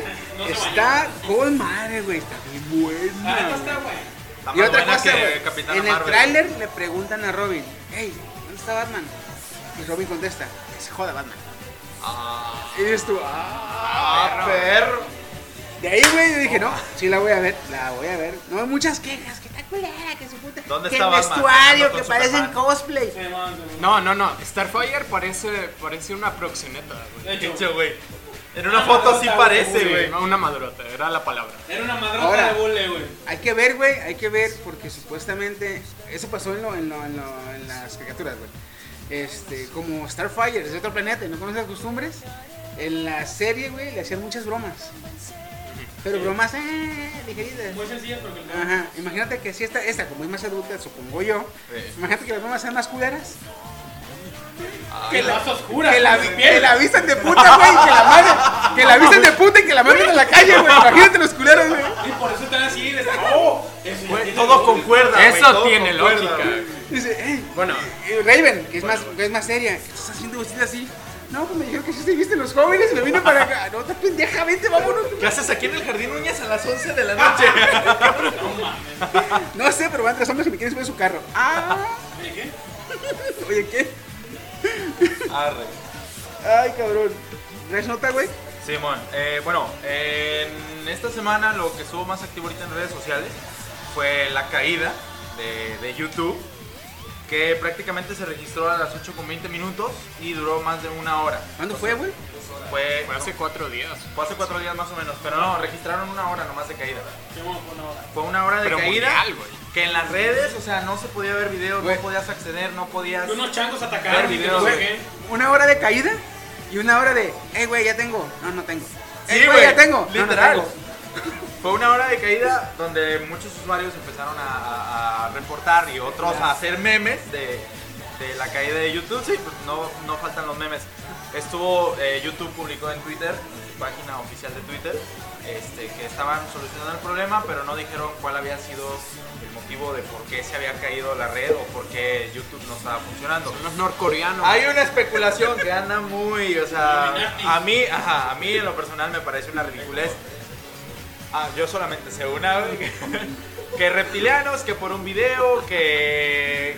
está con madre, güey. Está bien La Ah, neta buena. está, güey. Está Y más otra buena cosa, que güey, Capitana En el Marvel. tráiler le preguntan a Robin, hey, ¿dónde está Batman? Y Robin contesta, que se joda Batman. Y dices tú, ah, Ah, perro. De ahí, güey, yo dije, no, Ah. sí la voy a ver, la voy a ver. No hay muchas quejas, que está culera, que su puta. ¿Dónde que está el Batman? vestuario, Ando que con parecen Superman. cosplay. Se llamaban, se llamaban. No, no, no. Starfire parece, parece una proxeneta, güey. De hecho, Pinche, güey. En una foto sí parece, güey. Una madurota, era la palabra. Era una madrota Ahora. de bule, güey. Hay que ver, güey, hay que ver, porque supuestamente eso pasó en, lo- en lo- en lo- en las caricaturas, güey. Este, como Starfire es de otro planeta y no conoce las costumbres, en la serie, güey, le hacían muchas bromas. Pero bromas, eh, ligeritas. Muy sencilla, pero que le Ajá, imagínate que si esta, esta como es más adulta, supongo yo, imagínate que las bromas sean más culeras. Que las oscuras. que, la, güey. que la vistan de puta, güey, que la madre, que la vistan de puta y que la manden a la calle, güey. Imagínate los culeros, güey. Y por eso están así. de- ¡Oh! Eso ya tiene Todo lógica. concuerda. güey, Eso todo tiene concuerda, lógica. güey. Dice, eh, Bueno. eh, Raven, que es más, que es más seria, ¿qué estás haciendo vestida así? No, pues me dijeron que sí te viste los jóvenes, me vino para acá. No, te pendeja, vente, vámonos. ¿Qué haces aquí en el Jardín Uñas a las 11 de la noche? No sé, pero van tres hombres que me quieren subir a su carro. Ah. Oye, ¿qué? Oye, Arre. ¿qué? Ay, cabrón. ¿Traes nota, güey? Simón, eh, bueno, en esta semana lo que estuvo más activo ahorita en redes sociales fue la caída de, de YouTube, que prácticamente se registró a las 8 con 20 minutos y duró más de una hora. ¿Cuándo fue, güey? Fue, Fue hace cuatro días. fue hace cuatro días más o menos, pero no, registraron una hora nomás de caída. Sí, bueno, fue una hora. Fue una hora de Pero caída mundial, güey. que en las redes, o sea, no se podía ver videos, Güey. no podías acceder, no podías... Y Unos changos atacaron. y que no Güey. sé qué. Una hora de caída y una hora de, eh, güey, ya tengo. No, no tengo. Sí, "Ey, güey, ya tengo. No, no literal. tengo. Fue una hora de caída donde muchos usuarios empezaron a, a- a reportar y otros a hacer memes de, de la caída de YouTube. Sí, pues no, no faltan los memes. Estuvo, eh, YouTube publicó en Twitter, en su página oficial de Twitter, este, que estaban solucionando el problema, pero no dijeron cuál había sido el motivo de por qué se había caído la red o por qué YouTube no estaba funcionando. Son los norcoreanos. Hay una especulación que anda muy, o sea, a mí, ajá, a mí en lo personal me parece una ridiculez. Ah, yo solamente sé una, güey, que, que reptilianos, que por un video, que,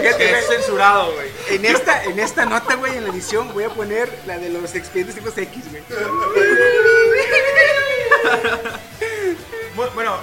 que, que es censurado, güey. En esta, en esta nota, güey, en la edición voy a poner la de los expedientes tipos X, güey. Bu- Bueno,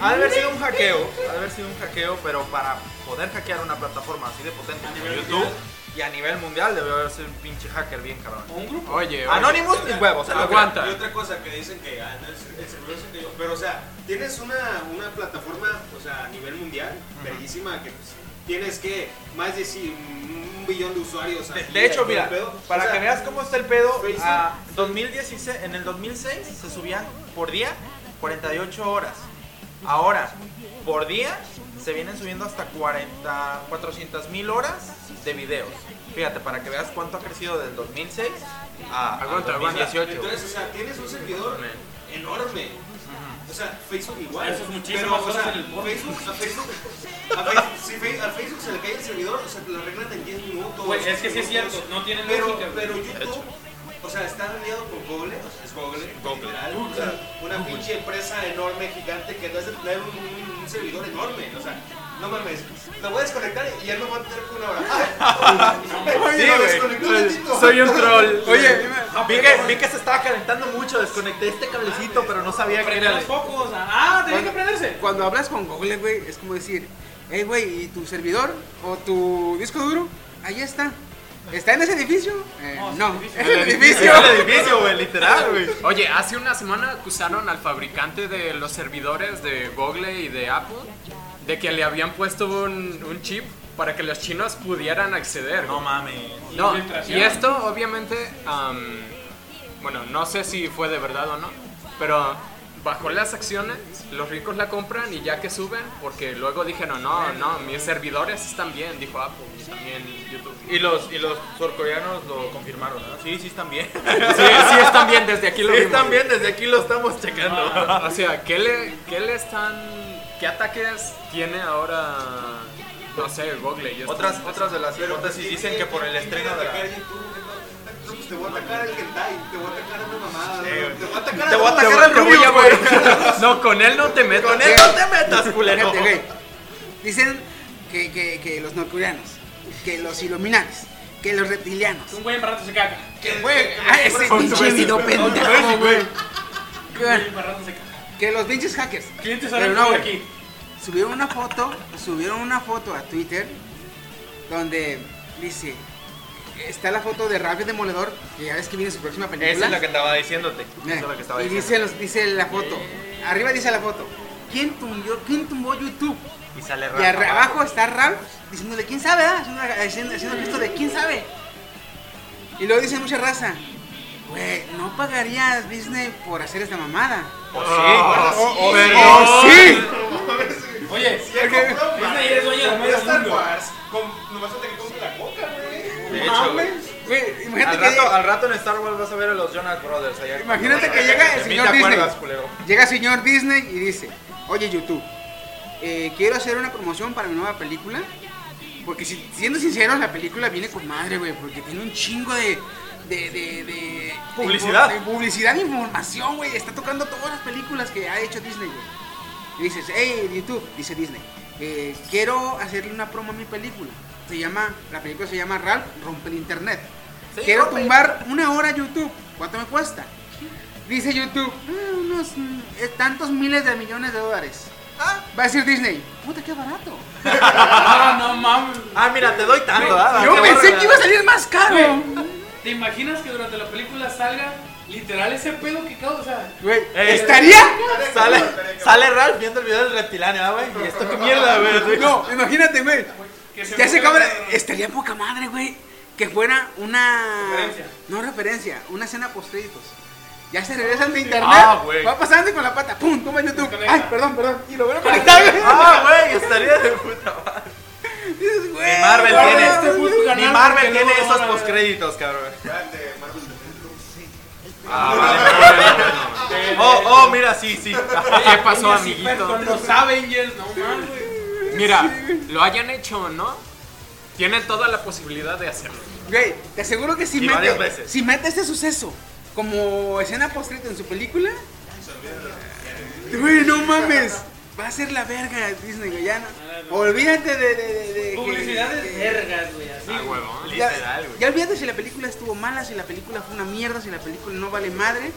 ha de haber sido un hackeo, ha de haber sido un hackeo, pero para poder hackear una plataforma así de potente como YouTube y a nivel mundial debe haber sido un pinche hacker bien cabrón. O un grupo. Oye, oye. Anonymous ni huevos, se lo creo. Aguanta. Y otra cosa que dicen que ah, no, el el servidor se cayó. Pero, o sea, tienes una, una plataforma, o sea, a nivel mundial, verguísima, que pues, tienes que más de ci- un billón de usuarios. De, aquí, de hecho, todo el mira, pedo. O para sea, que veas cómo está el pedo, Facebook. a 2016, en el 2006 se subían por día 48 horas. Ahora, por día se vienen subiendo hasta 40, 400 mil horas de videos. Fíjate, para que veas cuánto ha crecido del 2006 a, a Aguanta, aguanta. 2018. Entonces, o sea, tienes un servidor enorme. O sea, Facebook igual. Eso es muchísimas o sea, horas en el porno. Facebook, a Facebook, a Facebook, si Fe- a Facebook se le cae el servidor, o sea, te lo arreglan en 10 minutos. Güey, es que sí es cierto, no tiene pero, lógica, güey. Pero YouTube, o sea, está aliado por Google, o sea, es Google, literal, o sea, una pinche empresa enorme, gigante, que no hace tener un, un- un servidor enorme, o sea, no mames, lo voy a desconectar y ya no va a tener que una hora. Sí, lo güey. desconectó tantito. Soy un troll. Oye, Vi que, vi que se estaba calentando mucho, desconecté este cablecito, pero no sabía que Prender era los de- focos. Ah, tenía que prenderse. cuando hablas con Google, güey, es como decir, hey, güey, ¿y tu servidor o tu disco duro? Ahí está. ¿Está en ese edificio? Eh, No, es no, el es edificio. el edificio. Era el edificio, güey, literal, güey. Oye, hace una semana acusaron al fabricante de los servidores de Google y de Apple de que le habían puesto un, un chip para que los chinos pudieran acceder. No mames. No, Infiltración. y esto obviamente, am, bueno, no sé si fue de verdad o no, pero bajó las acciones, los ricos la compran y ya que suben, porque luego dijeron, no, no, mis servidores están bien, dijo Apple y también YouTube. Y los, y los surcoreanos lo confirmaron, ¿no? Sí, sí están bien. Sí, sí están bien, desde aquí lo Sí vimos. están bien, desde aquí lo estamos checando. O sea, ¿qué le, qué le están, qué ataques tiene ahora, no sé, Google? y esto? Otras, otras de las hipótesis dicen que por el estreno de la... No, pues te voy a atacar al hentai, te voy a atacar a una mamada, güey. te voy a atacar Te voy a Te atacar voy- al te voy a rubio, güey. morir. No, con él no te metas. Con él no te metas, culero. Fíjate, güey, Dicen que, que, que los norcoreanos, que los iluminatis, que los reptilianos. Un güey en rato se caga. Güey, ah, ese pinche video pendejo, güey. Un güey en rato se caga. Que los pinches hackers. Clientes Pero ahora no, no, güey. aquí. Subieron una foto, subieron una foto a Twitter donde dice, está la foto de Rabio Demoledor, que ya ves que Eh, viene su próxima película. Esa es la que estaba diciéndote. Esa es Mira, la que estaba y diciendo. Eh. dice, los- dice la foto, arriba dice la foto, ¿quién tumbó, quién tumbó YouTube? Y sale Y Rafa arra- abajo está Ralph diciéndole, ¿quién sabe? ah?" Haciendo, haciendo- haciendo el gesto de, ¿quién sabe? Y luego dice mucha raza, güey, no pagarías Disney por hacer esta mamada. Ah, Oh, O sí. O Pero- sí! Oye, que Disney es dueño de medio Star mundo. Wars. Con, nomás falta que compre la coca, güey. De hecho, güey. Ah, Güey, imagínate Al que, rato, al rato en Star Wars vas a ver a los Jonas Brothers allá. imagínate que llega el De mí señor te Disney. acuerdas, culero. Llega el señor Disney y dice, oye YouTube, eh, quiero hacer una promoción para mi nueva película. Porque si, siendo sinceros, la película viene con madre, güey, porque tiene un chingo de... de, de, de- Publicidad. de publicidad e información, güey. Está tocando todas las películas que ha hecho Disney, güey. Y dices, hey, YouTube, dice Disney, eh, quiero hacerle una promo a mi película. Se llama, la película se llama Ralph rompe el internet. quiero tumbar una hora a YouTube. ¿Cuánto me cuesta? Dice YouTube, "Ah, unos mm, eh, tantos miles de millones de dólares. Ah. Va a decir Disney, puta, qué barato. Ah, no mames. Ah, mira, te doy tanto, ¿ah? Yo Te voy a pensé que regalar. iba a salir más caro. ¿Te imaginas que durante la película salga literal ese pedo que causa? Güey, Eh, ¿estaría? Sale, sale Ralph viendo el video del reptiláneo, ¿ah, güey? ¿Y esto qué mierda, güey? No, imagínate, güey. Que Ya se acaba. muera- Estaría poca madre, güey. Que fuera una. Referencia. No referencia, una escena post créditos. Ya se regresan de internet. Ah, güey. va pasando y con la pata. ¡Pum! Toma YouTube. Desconecta. Ay, perdón, perdón. Y lo vuelvo a conectar, güey. Ah, güey, estaría de puta madre. Dices, güey, Ni Marvel no, tiene. este no, no, no. Ni Marvel tiene esos postcréditos, cabrón. Grande, Marvel. Ah, vale, no, no, no. Oh, oh, mira, sí, sí. ¿Qué pasó, Sí, amiguito? pero Con los Avengers, no mames. güey. Mira, lo hayan hecho o no, tienen toda la posibilidad de hacerlo. Güey, te aseguro que si Y varias mete, veces. si mete este suceso como escena post en su película. Güey, no mames. Va a ser la verga Disney, güey. Ya Ah, no. Olvídate de. de, de, de que- Publicidades vergas, güey. Así. A Ah, huevo. Ya, Literal, güey. ya olvídate si la película estuvo mala, si la película fue una mierda, si la película no vale madre.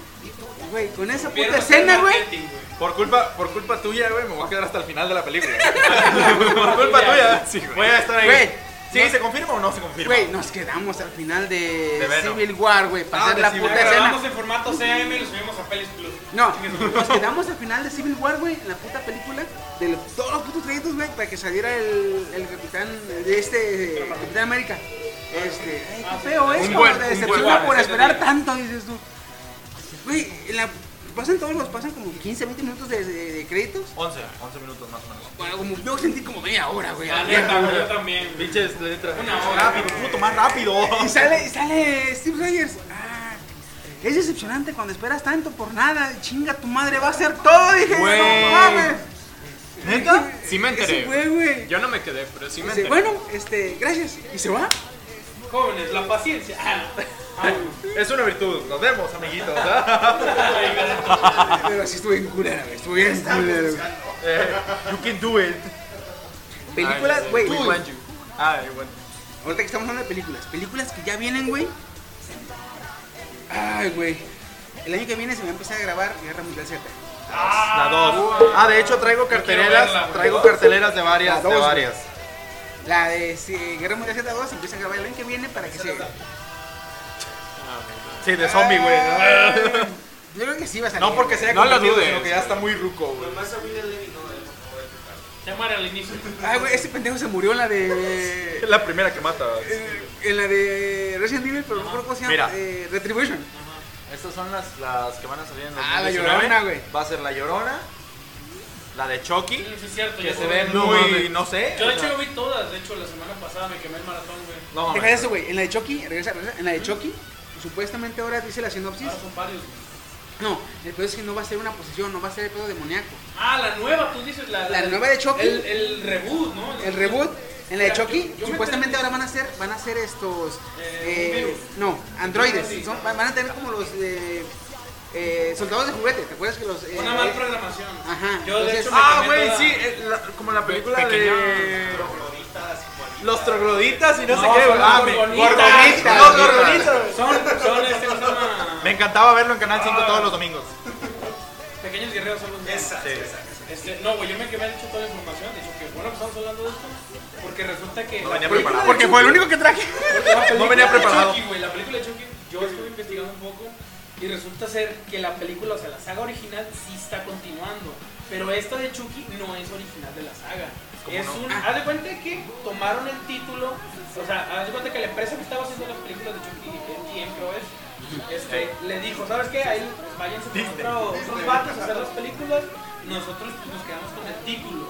Güey, con esa puta Mierda, escena, güey. marketing, Por culpa, por culpa tuya, güey, me voy a quedar hasta el final de la película. por culpa tuya. Sí, güey. Voy a estar ahí. Güey, Sí, ¿se confirma o no se confirma? Güey, nos quedamos al final de, De Venom. Civil War, güey, para Ah, hacer de la Civil puta La War. escena. grabamos en formato CM y lo subimos a Pelis Plus. No, nos quedamos al final de Civil War, güey, en la puta película, de los- todos los putos créditos, güey, para que saliera el, el capitán de este, eh, Capitán América. Este, ay, qué Ah, feo es Un cuando buen- te un decepciona buen- por esperar tanto, dices tú. Güey, en la- pasan todos los, pasan como 15, 20 minutos de, de- de créditos. 11, 11 minutos más o menos. Bueno, como yo sentí como media hora, güey. La neta, güey, yo también. güey. Pinches letras. Una hora. Rápido, puto, más rápido. Y sale, sale Steve Rogers. Ah, es decepcionante cuando esperas tanto por nada. Chinga tu madre, va a ser todo. Dije, Güey. no mames. ¿Neta? Sí me Ese enteré. güey, güey. Yo no me quedé, pero sí me Dice, enteré. bueno, este, gracias. Y se va. Jóvenes, la paciencia. Ah, no. Es una virtud. Nos vemos, amiguitos. ¿ah? Pero así estuve en culera, güey. Estuve bien culera, güey. Eh, you can do it. Películas, güey. We want you. Ay, bueno. Ahorita que estamos hablando de películas. Películas que ya vienen, güey. Ay, güey. El año que viene se va a empezar a grabar Guerra Mundial Z. La 2. Ah, de hecho traigo carteleras, traigo carteleras de varias, La dos, de güey. varias. La de eh, Guerra Mundial Z2 se empieza a grabar el año que viene para que se... Sí, de zombie, güey. Yo creo que sí va a salir. No porque sea No lo competitivo, dudes. sino que ya está muy ruco, güey. Se muere al inicio. Ay, güey, ese pendejo se murió en la de. Es la primera que mata. eh, En la de Resident Evil, pero no recuerdo cómo se llama. Mira. eh, Retribution. Estas son las, las que van a salir en Ah, la 2019. Llorona, güey. Va a ser la llorona, la de Chucky, Sí, es cierto. que yo- se ve No muy, mames. no sé. Yo de hecho yo vi todas, de hecho la semana pasada me quemé el maratón, güey. No, Deja mames. eso, güey. En la de Chucky, regresa, regresa. En la de Chucky, supuestamente ahora dice la sinopsis. Ahora son varios. güey. No, el pedo es que no va a ser una posesión, no va a ser el pedo demoníaco. Ah, la nueva, tú dices la, La nueva de Chucky. El, el reboot, ¿no? El reboot. En la de Mira, yo- Chucky, yo me supuestamente perdí. ahora van a ser, van a ser estos, Eh, eh, un virus. no, androides, Sí. Son- van a tener como los eh, eh, soldados de juguete, ¿te acuerdas que los? eh, Una mal programación. Ajá, Yo de entonces- hecho me Ah, quemé güey, toda- sí, eh, la- como la película de Pequeña. los trogloditas y no, No, sé qué. son güey. los Ah, me- gorgonitas. gorgonitas, Los güey. gorgonitas, Son, son este, ¿cómo se llama? Me encantaba verlo en Canal 5 todos los domingos. Pequeños guerreros son los Esa, Este, no, güey, yo me quemé, de hecho, toda la información. De hecho, que bueno, que estamos hablando de esto. Porque resulta que. No la venía película- preparado. Porque fue el único que traje. La película venía de preparado. Chucky, güey, la película de Chucky, yo estuve investigando un poco y resulta ser que la película, o sea, la saga original sí está continuando, pero esta de Chucky no es original de la saga. Es un, haz de cuenta que tomaron el título, o sea, haz de cuenta que la empresa que estaba haciendo las películas de Chucky, MGM creo es, Este, le dijo, ¿sabes qué? Ahí pues, váyanse con otro- otros vatos a hacer las películas, nosotros pues, nos quedamos con el título.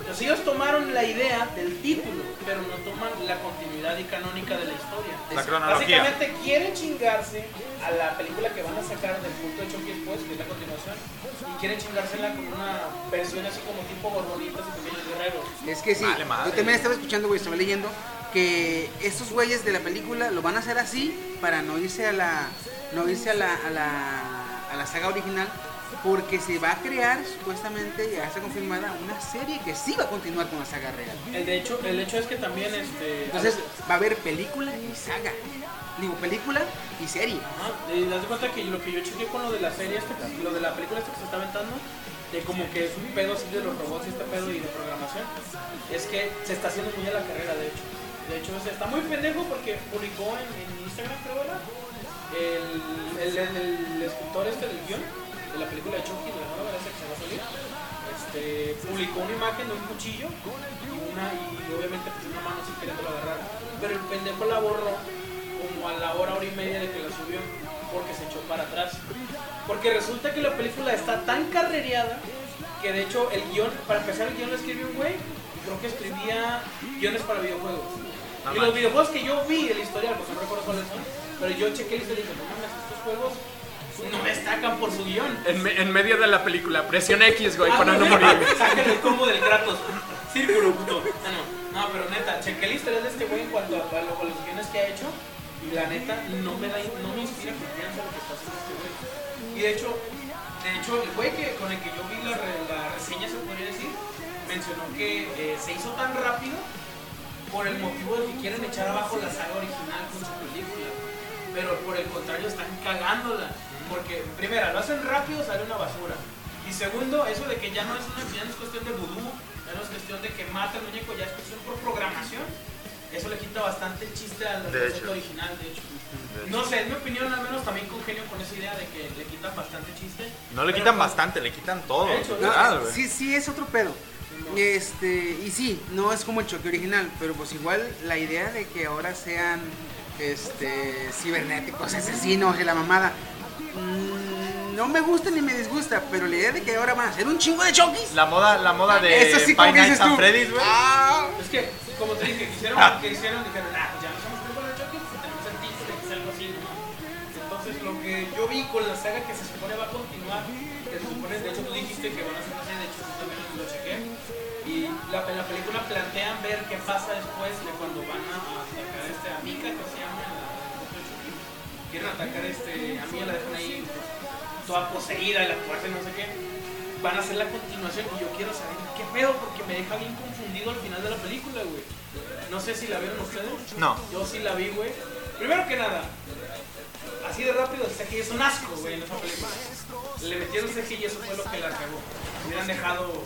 Entonces ellos tomaron la idea del título, pero no toman la continuidad y canónica de la historia. La Es- cronología. Básicamente quieren chingarse a la película que van a sacar del punto de choque después, que es la continuación, y quieren chingársela con una versión así como tipo borbonitas y pequeños guerreros. Es que sí, Vale, madre. yo también estaba escuchando, güey, estaba leyendo que estos güeyes de la película lo van a hacer así para no irse a la no irse a la, a la, a la saga original porque se va a crear supuestamente, ya está confirmada, una serie que sí va a continuar con la saga real. El, de hecho, el hecho es que también este, Pues Entonces va a haber película y saga. Digo, película y serie. Ajá, y das de cuenta que lo que yo chequeé con lo de la serie, esta que- lo de la película esta que se está aventando, de como que es un pedo así de los robots y este pedo y de programación, es que se está haciendo muy a la carrera, de hecho. De hecho, o sea, está muy pendejo porque publicó en, en Instagram, creo, era, el, el, el- el escritor este del guión de la película de Chucky, de la nueva esa que se va a salir, este, publicó una imagen de un cuchillo y, una, y obviamente pues, una mano sin quererlo agarrar. Pero el pendejo la borró como a la hora, hora y media de que la subió porque se echó para atrás. Porque resulta que la película está tan carrereada que de hecho el guión, para empezar el guión lo escribió un güey, creo que escribía guiones para videojuegos. y los videojuegos que yo vi de la historia, pues no recuerdo cuáles son, pero yo chequé y le dije, no mames, estos juegos no destacan por su guión. En, me- en medio de la película, presión X, güey, Ah, para no no, morir. Sáquenle el combo del Kratos. Círculo, puto. Ah, no. No, pero neta, chequé la historia de este güey en cuanto a, a lo- a los guiones que ha hecho. Y la neta, no me, da, no me inspira confianza lo que está haciendo este güey. Y de hecho, de hecho, el güey que, con el que yo vi la, re- la reseña, se podría decir, mencionó que eh, se hizo tan rápido por el motivo de que quieren echar abajo la saga original con su película. Pero por el contrario están cagándola. Porque primera, lo hacen rápido, sale una basura. Y segundo, eso de que ya no es una ya no es cuestión de vudú, ya no es cuestión de que mata el muñeco, ya es cuestión por programación. Eso le quita bastante el chiste al De concepto hecho. original, de hecho. No sé, en mi opinión al menos también congenio con esa idea de que le quitan bastante chiste. No le Pero quitan con- bastante, le quitan todo. De hecho, No, literal, Ah, güey. ah, sí, sí, es otro pedo. Este, y sí, no es como el choque original, pero pues igual la idea de que ahora sean este cibernéticos, asesinos y la mamada. mm, No me gusta ni me disgusta, pero la idea de que ahora van a ser un chingo de choquis. La moda, la moda de Eso sí, como Five que dices Nights at tú. Freddy's, güey. Ah, Es que, como te dije, hicieron lo que hicieron, dijeron, ah, pues ya no somos películas de choque, pues tenemos el título, que es algo así, ¿no? Entonces, lo que yo vi con la saga que se supone va a continuar, que se supone, de hecho, tú dijiste que van a hacer una serie, de hecho, yo también lo chequé, y la, en la película plantean ver qué pasa después de cuando van a atacar este, a Mika, que se llama, la, la Chucky. quieren atacar este, a Mia, la dejan ahí pues, toda poseída y la fuerza y no sé qué van a hacer la continuación y yo quiero saber qué pedo porque me deja bien confundido al final de la película, güey. No sé si la vieron ustedes. No. Yo sí la vi, güey. Primero que nada, así de rápido, el CGI es un asco, güey, en esa película. Le metieron CGI y eso fue lo que la cagó. Hubieran dejado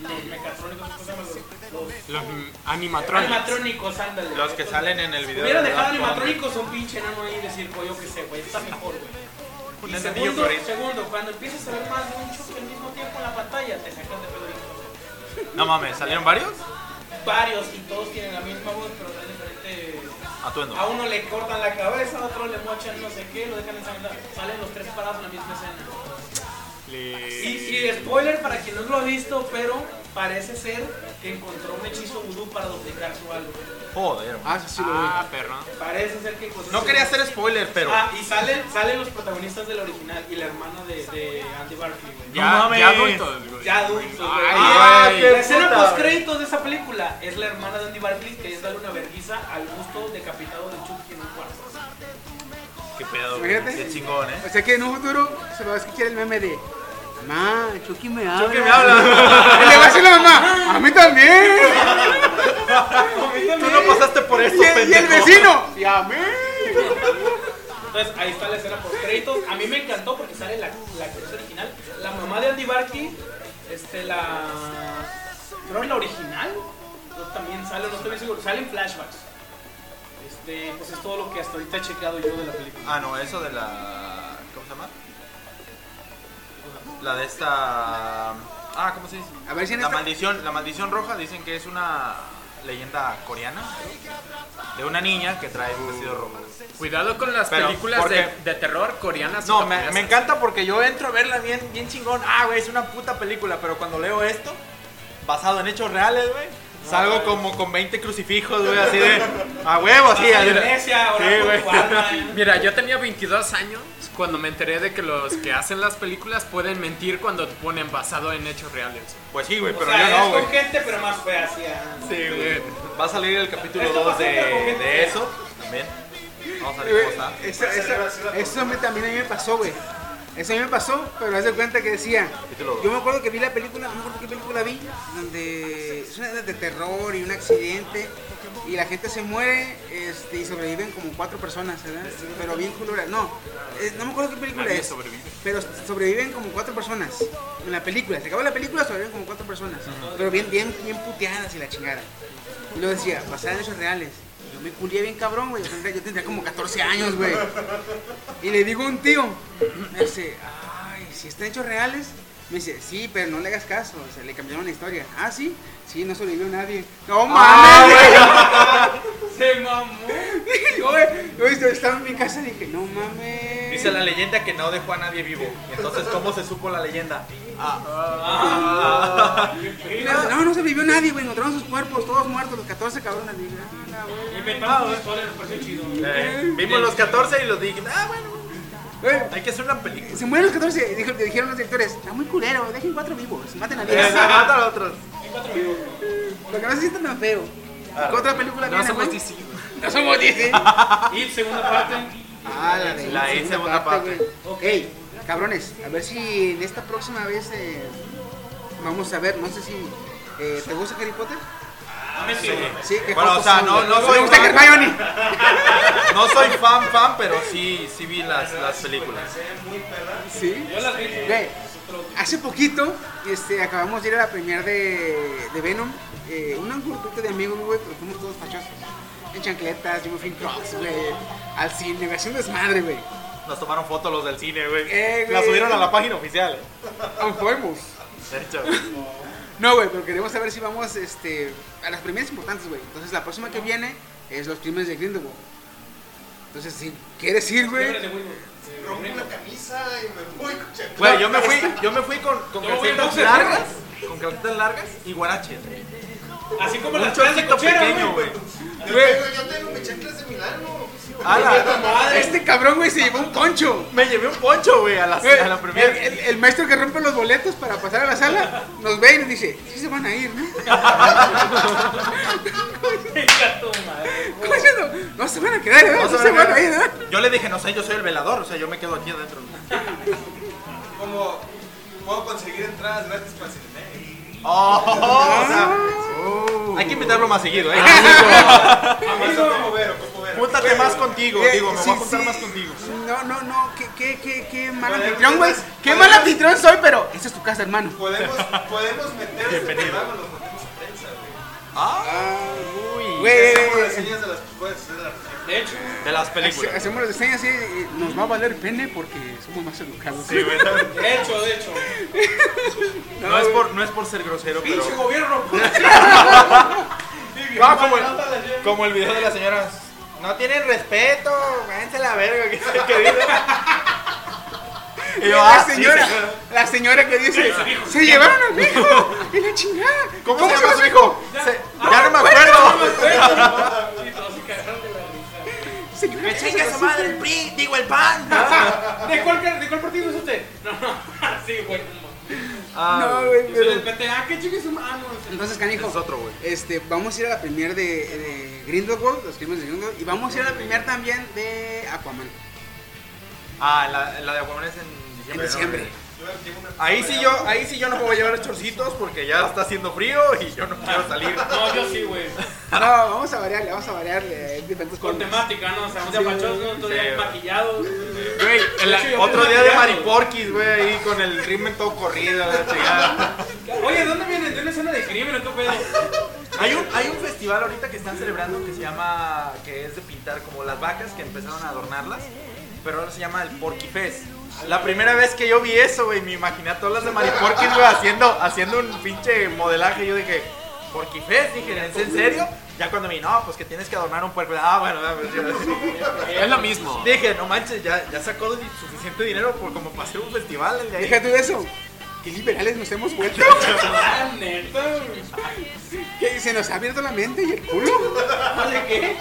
los mecatrónicos, ¿cómo se llaman? Los, los Los mm, animatronics. animatrónicos, ándale. Los que salen en el video. Hubiera de dejado Daft Punk, animatrónicos a un pinche enano ahí y decir, pues yo qué sé, güey, está mejor, güey. Y Un enanillo segundo, corriente. segundo, cuando empiezas a ver más de un choque al mismo tiempo en la pantalla, te sacas de pedo. güey. No mames, ¿salieron varios? Varios y todos tienen la misma voz, pero de diferente. Atuendo. A uno le cortan la cabeza, a otro le mochan no sé qué, lo dejan ensangrentado. Salen los tres parados en la misma escena. Y, y spoiler para quien no lo ha visto, pero parece ser que encontró un hechizo vudú para duplicar su alma. Joder. güey. ah, sí, sí lo vi. Ah, perro. Parece ser que pues, encontró No ese- quería hacer spoiler, pero. Ah, y salen, salen los protagonistas del original y la hermana de, de Andy Barclay, güey. Ya, mames. ya adultos, güey. Ya adultos, güey. Ay, Ah, güey, que qué La escena puta, post créditos de esa película es la hermana de Andy Barclay que es darle una vergüenza al gusto decapitado de Chucky en un cuarto. Qué pedo, güey. Imagínate. Qué chingón, eh. O sea que en un futuro se va a escuchar el meme de Mamá, Chucky me habla. Chucky me habla. Y le va a decir la mamá, a mí también. Tú no pasaste por Y eso, el, y el pendejo. vecino, y a mí. Entonces ahí está la escena post créditos. A mí me encantó porque sale la, la actriz original, la mamá de Andy Barclay, este la creo en la original, no, también sale, no estoy bien seguro, salen flashbacks. Este, pues es todo lo que hasta ahorita he checado yo de la película. Ah, no, eso de la. ¿Cómo se llama? La de esta. Ah, ¿cómo se dice? A ver si en la esta- maldición, la maldición roja dicen que es una leyenda coreana. creo. de una niña que trae un vestido rojo. Cuidado con las Pero, películas ¿por de, qué? de terror coreanas. y No, me, japonesas. me encanta porque yo entro a verla bien, bien chingón. Ah, güey, es una puta película, pero cuando leo esto, basado en hechos reales, güey, salgo como con 20 crucifijos, güey, así de a huevo, así. a la así de- iglesia, ahora Sí, por güey. guarda. Mira, yo tenía 22 años cuando me enteré de que los que hacen las películas pueden mentir cuando te ponen basado en hechos reales. Pues sí, güey, O pero sea, yo eres no, güey. con gente, pero más fea, así. ah. Sí, güey. Va a salir el capítulo Esto 2 pasó de, con gente. de eso también. Vamos a ver cómo está. Eso, eso, eso a mí también a mí me pasó, güey. Eso a mí me pasó, pero haz de cuenta que decía. Este Capítulo dos. Yo me acuerdo que vi la película, no me acuerdo qué película vi, donde es una de terror y un accidente y la gente se muere este, y sobreviven como cuatro personas, ¿verdad? Pero bien culera. No, es- no me acuerdo qué película Nadie es. sobrevive. Pero sobreviven como cuatro personas. En la película, se acaba la película, sobreviven como cuatro personas. Pero bien, bien, bien puteadas y la chingada. Y lo decía, basada en hechos reales. Yo me culié bien cabrón, güey. Yo tendría, yo tendría como 14 años, güey. Y le digo a un tío, me dice, ay, si está en hechos reales. Me dice, sí, pero no le hagas caso. O sea, le cambiaron la historia. Ah, sí, sí, no sobrevivió nadie. No mames, güey. Ah, Se mamó. Yo, güey, yo estaba en mi casa y dije, no mames. Dice la leyenda que no dejó a nadie vivo. Entonces, ¿cómo se supo la leyenda? Y me dice, No, no se vivió nadie, güey. Encontraron sus cuerpos, todos muertos, los 14 cabrones. Dije, ah, la güey. Inventamos una historia, me pareció chido. Eh, vimos los 14 y los dije, ah, bueno, Güey, hay que hacer una película. Se mueren los 14, dijo- dijeron los directores. Está muy culero, dejen cuatro vivos, maten a Eh, 10. mata a los otros. Porque no se sientan tan feo. Ah. ¿Qué otra película No viene, somos güey? DC, güey. No somos DC. Y segunda parte. Ah, la de La segunda segunda parte. güey. Ok, cabrones, a ver si en esta próxima vez eh, vamos a ver, no sé si. eh, ¿Te gusta Harry Potter? Sí, que Bueno, o sea, no- no soy me gusta fan. Hermione. No soy fan, fan, pero sí, sí vi las, las películas. Sí. Yo las vi. Güey, hace poquito este, acabamos de ir a la premier de, de Venom. Eh, un grupito de amigos, güey, pero fuimos todos fachosos. En chancletas, yo me fui en crocs, güey. Al cine, güey, haciendo desmadre, güey. Nos tomaron fotos los del cine, Eh, güey. güey. Las subieron a la página oficial. Aún fuimos. De hecho, No, güey, pero queremos saber si vamos este, a las primeras importantes, güey. Entonces, la próxima que viene es los crímenes de Grindelwald. Entonces, si quieres ir, güey. Rompo una camisa y me voy con chancletas. güey, yo me fui, yo me fui con, con Yo voy en calcetas boxer. largas, con calcetas largas y guaraches. Así como Un las tres de chorcito cochera, pequeño, güey. güey. Yo tengo, yo tengo mis chanclas de Milano. ¡Hala! Este cabrón, güey, se llevó un concho. Me llevé un poncho, güey, a la, Güey, eh, a la el, primera. el- el maestro que rompe los boletos para pasar a la sala nos ve y nos dice, sí se van a ir, ¿no? Venga, tu madre. ¿Cómo es eso? No se van a quedar, ¿verdad? No, se van a ir, ¿verdad? Yo le dije, no sé, yo soy el velador, o sea, yo me quedo aquí adentro. Como puedo conseguir entradas gratis para el cine. Oh, o sea, hay que invitarlo más seguido, eh. Eso como Vero, como Vero. Júntate más contigo, Eh, digo, me sí, voy a juntar sí. más contigo. No, no, no, qué, qué, qué, qué mal Podemos- anfitrión, güey. Qué podemos- mal anfitrión soy, pero esa es tu casa, hermano. Podemos, podemos meter este programa en los motivos de prensa, güey. Uy, Hacemos las güey. señas de las puedes hacer de la región. De hecho, De las películas. Hacemos las diseñas así, eh, nos va a valer pene porque somos más educados. Sí, güey. de hecho, de hecho. No es por, no es por ser grosero, pero. Pinche gobierno. No, como, el, como el video de las señoras. No tienen respeto, váyanse a la verga, que se que dice. Y yo, la ah, señora, sí, sí. la señora que dice, se llevaron a mi hijo, y la chingada. ¿Cómo, se llama su hijo? Se- ya no me acuerdo. Y todos se cagaron de la risa. Señora, Chinga su madre el PRI, digo el PAN. ¿De cuál, car- ¿De cuál partido es usted? No, no. Sí, güey. Pues no. Ah, No, güey, Del pero... PTA, que ah, chingue su mano. Entonces, canijo, Es otro, güey. este, vamos a ir a la premier de, de Grindelwald, los crímenes de Grindelwald, y vamos a ir a la premier también de Aquaman, Ah, la, la de Aquaman es en en diciembre. ¿no? diciembre. Ahí sí yo, ahí sí yo no me voy a llevar chorcitos porque ya está haciendo frío y yo no quiero salir. No, yo sí, güey. No, vamos a variarle, vamos a variarle, hay diferentes Con colores. temática, ¿no? O sea, un despachos, ¿no? Todo Sí, güey. maquillado. Güey, el- De hecho, yo Otro me día de maquillado. mariporquis, güey, ahí con el crimen todo corrido, la chingada. Oye, ¿de dónde viene? ¿De una escena de crimen o qué pedo? Hay un, hay un festival ahorita que están celebrando que se llama, que es de pintar como las vacas que empezaron a adornarlas, pero ahora se llama el Porky Fest. La primera vez que yo vi eso, güey, me imaginé a todas las de Mariporquis, güey, haciendo, haciendo un pinche modelaje. Yo dije, Porky Fest, dije, ¿es en serio? Ya cuando vi, no, pues que tienes que adornar un puerco. Ah, bueno, ya, pues, ya. Es lo mismo. Dije, no manches, ya, ya sacó di- suficiente dinero por como para hacer un festival el de ahí. Deja tú eso. Qué liberales nos hemos vuelto. Ah, neta, güey. Que se nos ha abierto la mente y el culo. ¿De qué?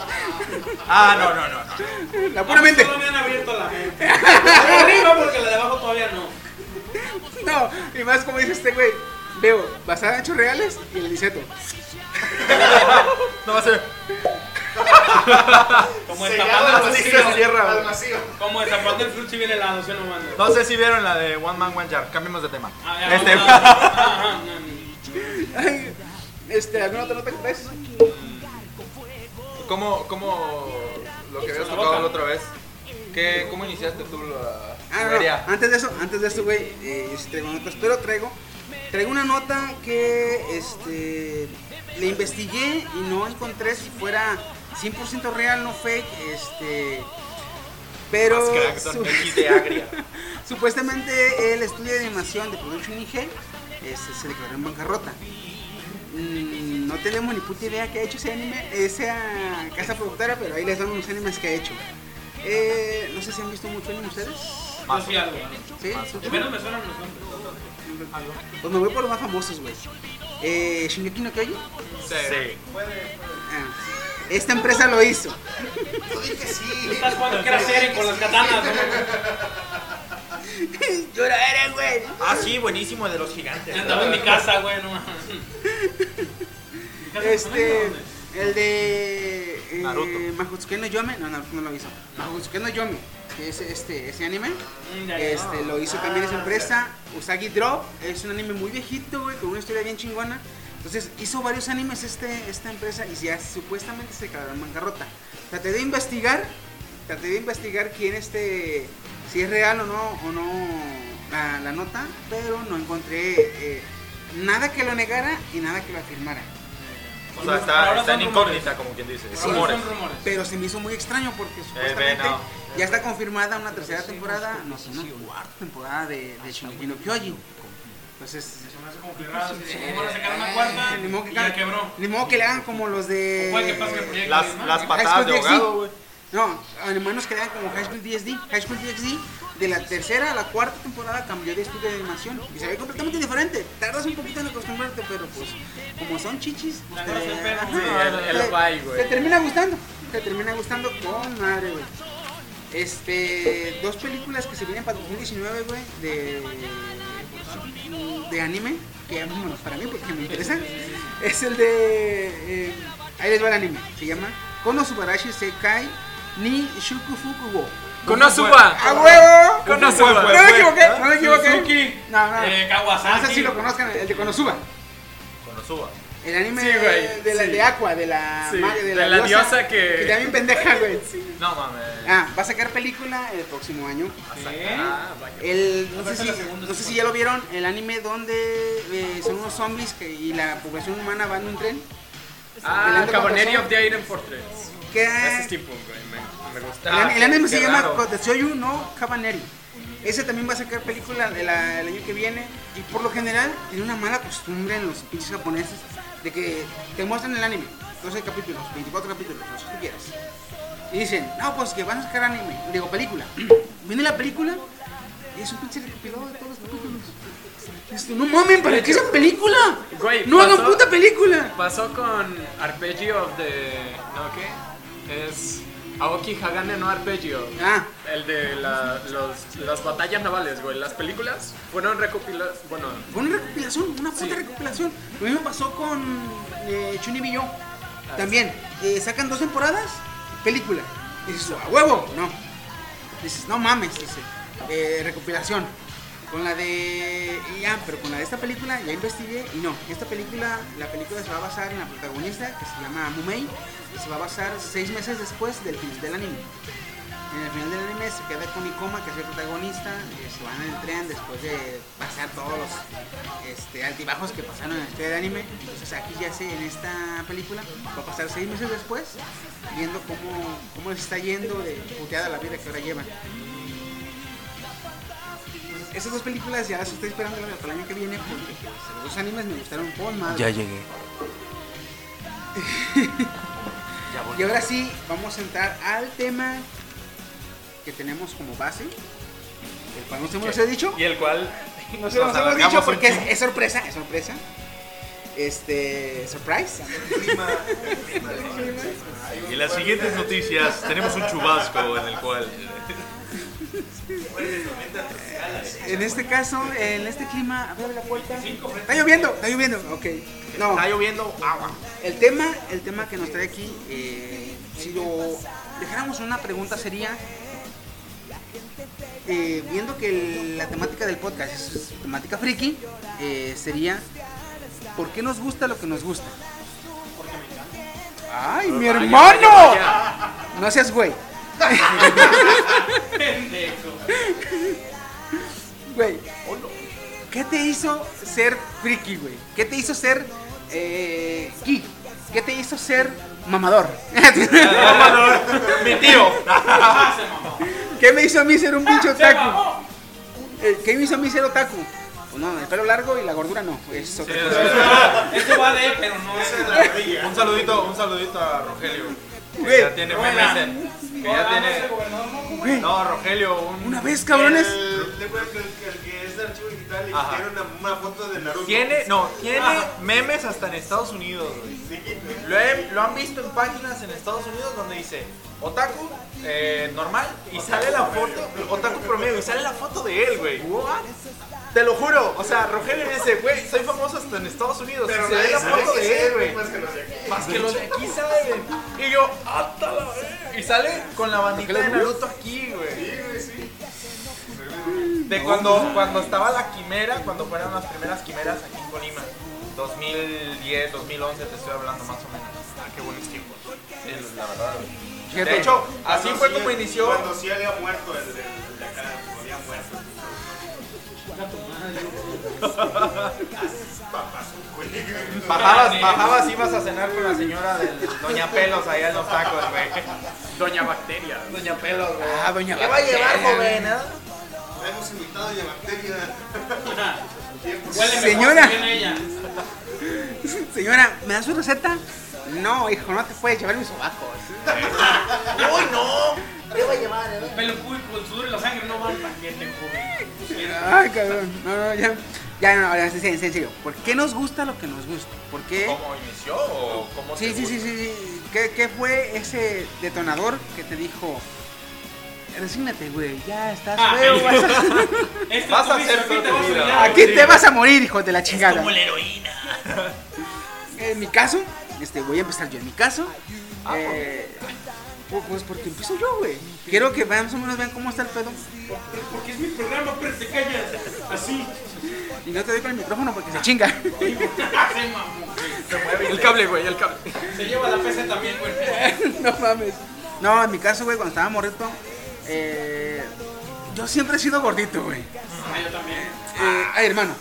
Ah, no, no, no. no. La pura mente. Solo me han abierto la mente. La de arriba porque la de abajo todavía no. No, y más como dice este güey. Veo, basada en hechos reales y el liceto. No va a ser. Como Sellado destapando al el así vacío, se cierra, al güey. vacío. Como destapando el fruto y viene helado, ¿sí o no manda? No sé si vieron la de One Man One Jar. Cambiemos de tema. Ah, ya, Este, no, no, no, ajá, no, no. Ay, Este, ¿alguna otra nota que traes? ¿Cómo, cómo lo que habías tocado la otra vez? ¿Qué, ¿Cómo iniciaste tú la Ah, no, feria? Antes de eso, antes de eso, güey, eh, yo sí traigo notas, pero traigo, traigo una nota que, este, le investigué y no encontré si fuera 100% real, no fake, este, pero Más crack, Don su- X. De Agria. supuestamente el estudio de animación de Production IG este, se declaró en bancarrota. Mm, No tenemos ni puta idea qué ha hecho ese anime, esa casa productora, pero ahí les damos los animes que ha hecho. Eh, no sé si han visto mucho anime ustedes. Yo sí algo. Sí, Ah, sí, De sí. menos me suenan los nombres. Pues me voy por los más famosos, güey. Eh, Shingeki no Kyojin. Sí. Ah, Esta empresa lo hizo. Yo dije sí. Tú estás jugando que era serie con las katanas, ¿no? Yo era, era, güey. Ah, sí, buenísimo, el de los gigantes. Andaba en mi casa, güey, no mames. Mi casa, Este, ¿no? ¿Dónde? el de eh, Naruto. Mahotsuke no Yome, no, no, no lo hizo. Mahotsuke no Yome, que es este, ese anime. Mm, ya, ya. Este, lo hizo también esa empresa. Usagi Drop es un anime muy viejito, güey, con una historia bien chingona. Entonces hizo varios animes este, esta empresa y ya supuestamente se declaró en bancarrota. Traté de investigar, traté de investigar quién este, si es real o no, o no la, la nota, pero no encontré eh, nada que lo negara y nada que lo afirmara. O sea, Ahora está, son está en rumores. incógnita, como quien dice. Sí. Ahora Rumores. son rumores. Pero se me hizo muy extraño porque supuestamente ve, no. ya está confirmada una tercera temporada, no sé, una cuarta temporada de, Ah, de Shingeki no Kyojin. Entonces, Como van a sacar una cuarta eh, ni modo que, y ya hagan- quebró. ni modo que le hagan como los de. O puede que pase el proyecto. Las, ¿no? las High patadas School de DxD. ahogado, güey. No, al menos que le hagan como High School DxD. High School DxD de la tercera a la cuarta temporada cambió de estudio de animación y se ve completamente diferente. Tardas un poquito en acostumbrarte, pero pues, como son chichis, pues, La cosa es perro. ajá, Sí, el- el bye, güey. te termina gustando. Te termina gustando con madre, güey. Este, dos películas que se vienen para 2019, güey, de, de anime, que bueno, para mí porque me interesa, es el de, eh, ahí les va el anime, se llama Konosubarashi Sekai ni Shukufuku wo. Konosuba. ¡A huevo! Konosuba. No me equivoqué, no me equivoqué. Suzuki. No, no, Eh, Ah, no Kawasaki. sé si lo conozcan, el de Konosuba. Konosuba. El anime Sí, güey, de, la, sí. de Aqua, de la, Sí, ma- de la diosa que- Que también pendeja, güey. No mames. Ah, va a sacar película el próximo año. Ah, vaya. El, no, Va a sé ser si, la segunda, no sé sí. si ya lo vieron, el anime donde eh, son unos zombies que, y la población humana va en un tren. Ah, Cabernet of the Iron Fortress. Que, Ese tipo, güey, me, me gusta. el, an- el anime se Ah, qué llama raro. Kotetsuyu no Cabaneri. Ese también va a sacar película de la- el año que viene. Y por lo general tiene una mala costumbre en los pinches japoneses de que te muestran el anime. 12 capítulos, 24 capítulos, los que quieras. Y dicen, no, pues que van a sacar anime. Digo, película. Viene la película y es un pinche recopilado de todos los capítulos. Dices tú, no mamen, ¿para qué esa película? Güey, no hagan pasó- puta película. Pasó con Arpeggio of the. ¿No qué? Es. Aoki Hagane no Arpeggio. Ah, El de la- los- las batallas navales, güey. Las películas fueron recopiladas. Bueno, Fue una recopilación, una puta Sí. recopilación. Lo mismo pasó con eh, Chunibillo. También, eh, sacan dos temporadas, película. Y dices, a huevo, no. Dices, no mames, dice, eh, recopilación. Con la de. y Ya, pero con la de esta película ya investigué y no. Esta película, la película se va a basar en la protagonista que se llama Mumei y se va a basar seis meses después del final del anime. En el final del anime se queda con Ikoma, que es el protagonista, eh, se van en el tren después de pasar todos los este, altibajos que pasaron en este anime. Entonces aquí ya sé, en esta película, va a pasar seis meses después, viendo cómo, cómo les está yendo de puteada la vida que ahora llevan. Esas dos películas ya las estoy esperando para el año que viene porque pues, los dos animes me gustaron por más. Ya llegué. Y ahora sí, vamos a entrar al tema que tenemos como base. El cual no se hemos dicho. Y el cual No se nos hemos alargamos dicho un porque es, chingo. es sorpresa, es sorpresa. Este, surprise. Y en las siguientes noticias tenemos un chubasco en el cual. En este caso, en este clima, abre la puerta. Está lloviendo, está lloviendo. Ok. No, Está lloviendo agua. el tema, el tema que nos trae aquí, eh, si lo dejáramos en una pregunta sería, eh, viendo que el- la temática del podcast es, es temática friki, eh, sería, ¿por qué nos gusta lo que nos gusta? Porque me encanta. ¡Ay, mi hermano! No seas güey. Güey, ¿qué te hizo ser friki, güey? ¿Qué te hizo ser eh, geek? ¿Qué te hizo ser mamador? Mi tío. ¿Qué me hizo a mí ser un pinche otaku? Eh, ¿Qué me hizo a mí ser otaku? Pues no, el pelo largo y la gordura no. Es otra cosa. Esto Este va de, pero no es de la orilla. Un saludito, un saludito a Rogelio. Que Güey. ya tiene memes. en- Que ya tiene. Güey, No, Rogelio, un. Una vez, cabrones. ¿Te acuerdas que el- el que es de archivo digital y Ajá. tiene una, una foto de Naruto? Tiene, no, tiene Ah. memes hasta en Estados Unidos, güey. Lo, he- lo han visto en páginas en Estados Unidos donde dice otaku eh, normal y sale la foto, otaku promedio, y sale la foto de él, güey. Te lo juro, o sea, Rogelio dice, güey, soy famoso hasta en Estados Unidos. Pero y se ve nadie la sabe foto que de él, es güey. más que los de aquí. Más que los de aquí saben. Y yo, hasta la verga". Y sale con la bandita de Naruto aquí, güey. De cuando, cuando estaba la quimera, cuando fueron las primeras quimeras aquí en Colima. 2010, 2011, te estoy hablando más o menos. Ah, qué buenos tiempos. Sí, la verdad. güey. De hecho, así Cuando fue sí- como inició. Cuando sí había muerto el de, el de acá, había muerto. Bajabas, bajabas, ibas a cenar con la señora del Doña Pelos allá en los tacos, güey. Doña Bacteria. güey. Doña Pelos, güey. Ah, doña ¿Qué va a llevar, Bacteria, joven? eh? La hemos invitado a Yabacteria. Huele mejor Señora. que viene ella. Señora, ¿me das su receta? No, hijo, no te puedes llevar mis sobacos. ¡Uy, no! Pelucú y con sudor y la sangre no van para que te cubren. Ay, cabrón. No, no, ya. Ya, no, ahora sí, sí, en serio. ¿Por qué nos gusta lo que nos gusta? ¿Por qué? ¿Cómo inició o cómo Sí, te sí, sí, gusta? sí. sí. ¿Qué, qué fue ese detonador que te dijo? Resígnate, güey, ya estás Ah, feo, ahí vas a- Este Vas a tú dices, hacer "Sí, te toda tu vas a vida". olvidar, Aquí sí. te vas a morir, hijo de la chingada. la heroína. En mi caso, este, voy a empezar yo. En mi caso, Ah, eh, pues, pues porque empiezo yo, güey. Quiero que vean, más o menos vean cómo está el pedo. Pero porque es mi programa, pero te callas. Así. Y no te doy con el micrófono porque se chinga. Se mamó, güey. El cable, güey, el cable. Se lleva la PC también, güey. no mames. No, en mi caso, güey, cuando estaba morrito, eh, yo siempre he sido gordito, güey. Ah, yo también. Eh, ay, hermano,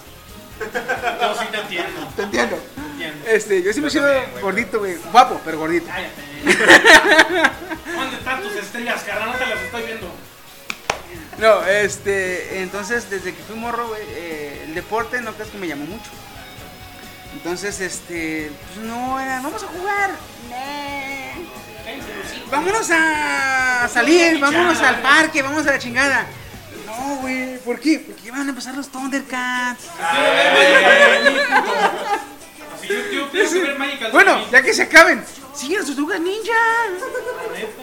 Yo sí te entiendo. te entiendo. Entiendo. Este, yo siempre he sido gordito, güey. Guapo, pero gordito. Cállate. ¿Dónde están tus estrellas, carnal? No te las estoy viendo. No, este, entonces desde que fui morro, güey, eh, el deporte no crees que me llamó mucho. Entonces, este, pues no era, vamos a jugar. Cállense los hijos. Vámonos a salir, vámonos al parque, vamos a la chingada. No, güey, ¿por qué? Porque van a empezar los Thundercats. Si yo yo quiero que ver Magical Bueno, Dream. ya que se acaben, siguen las tortugas ninja.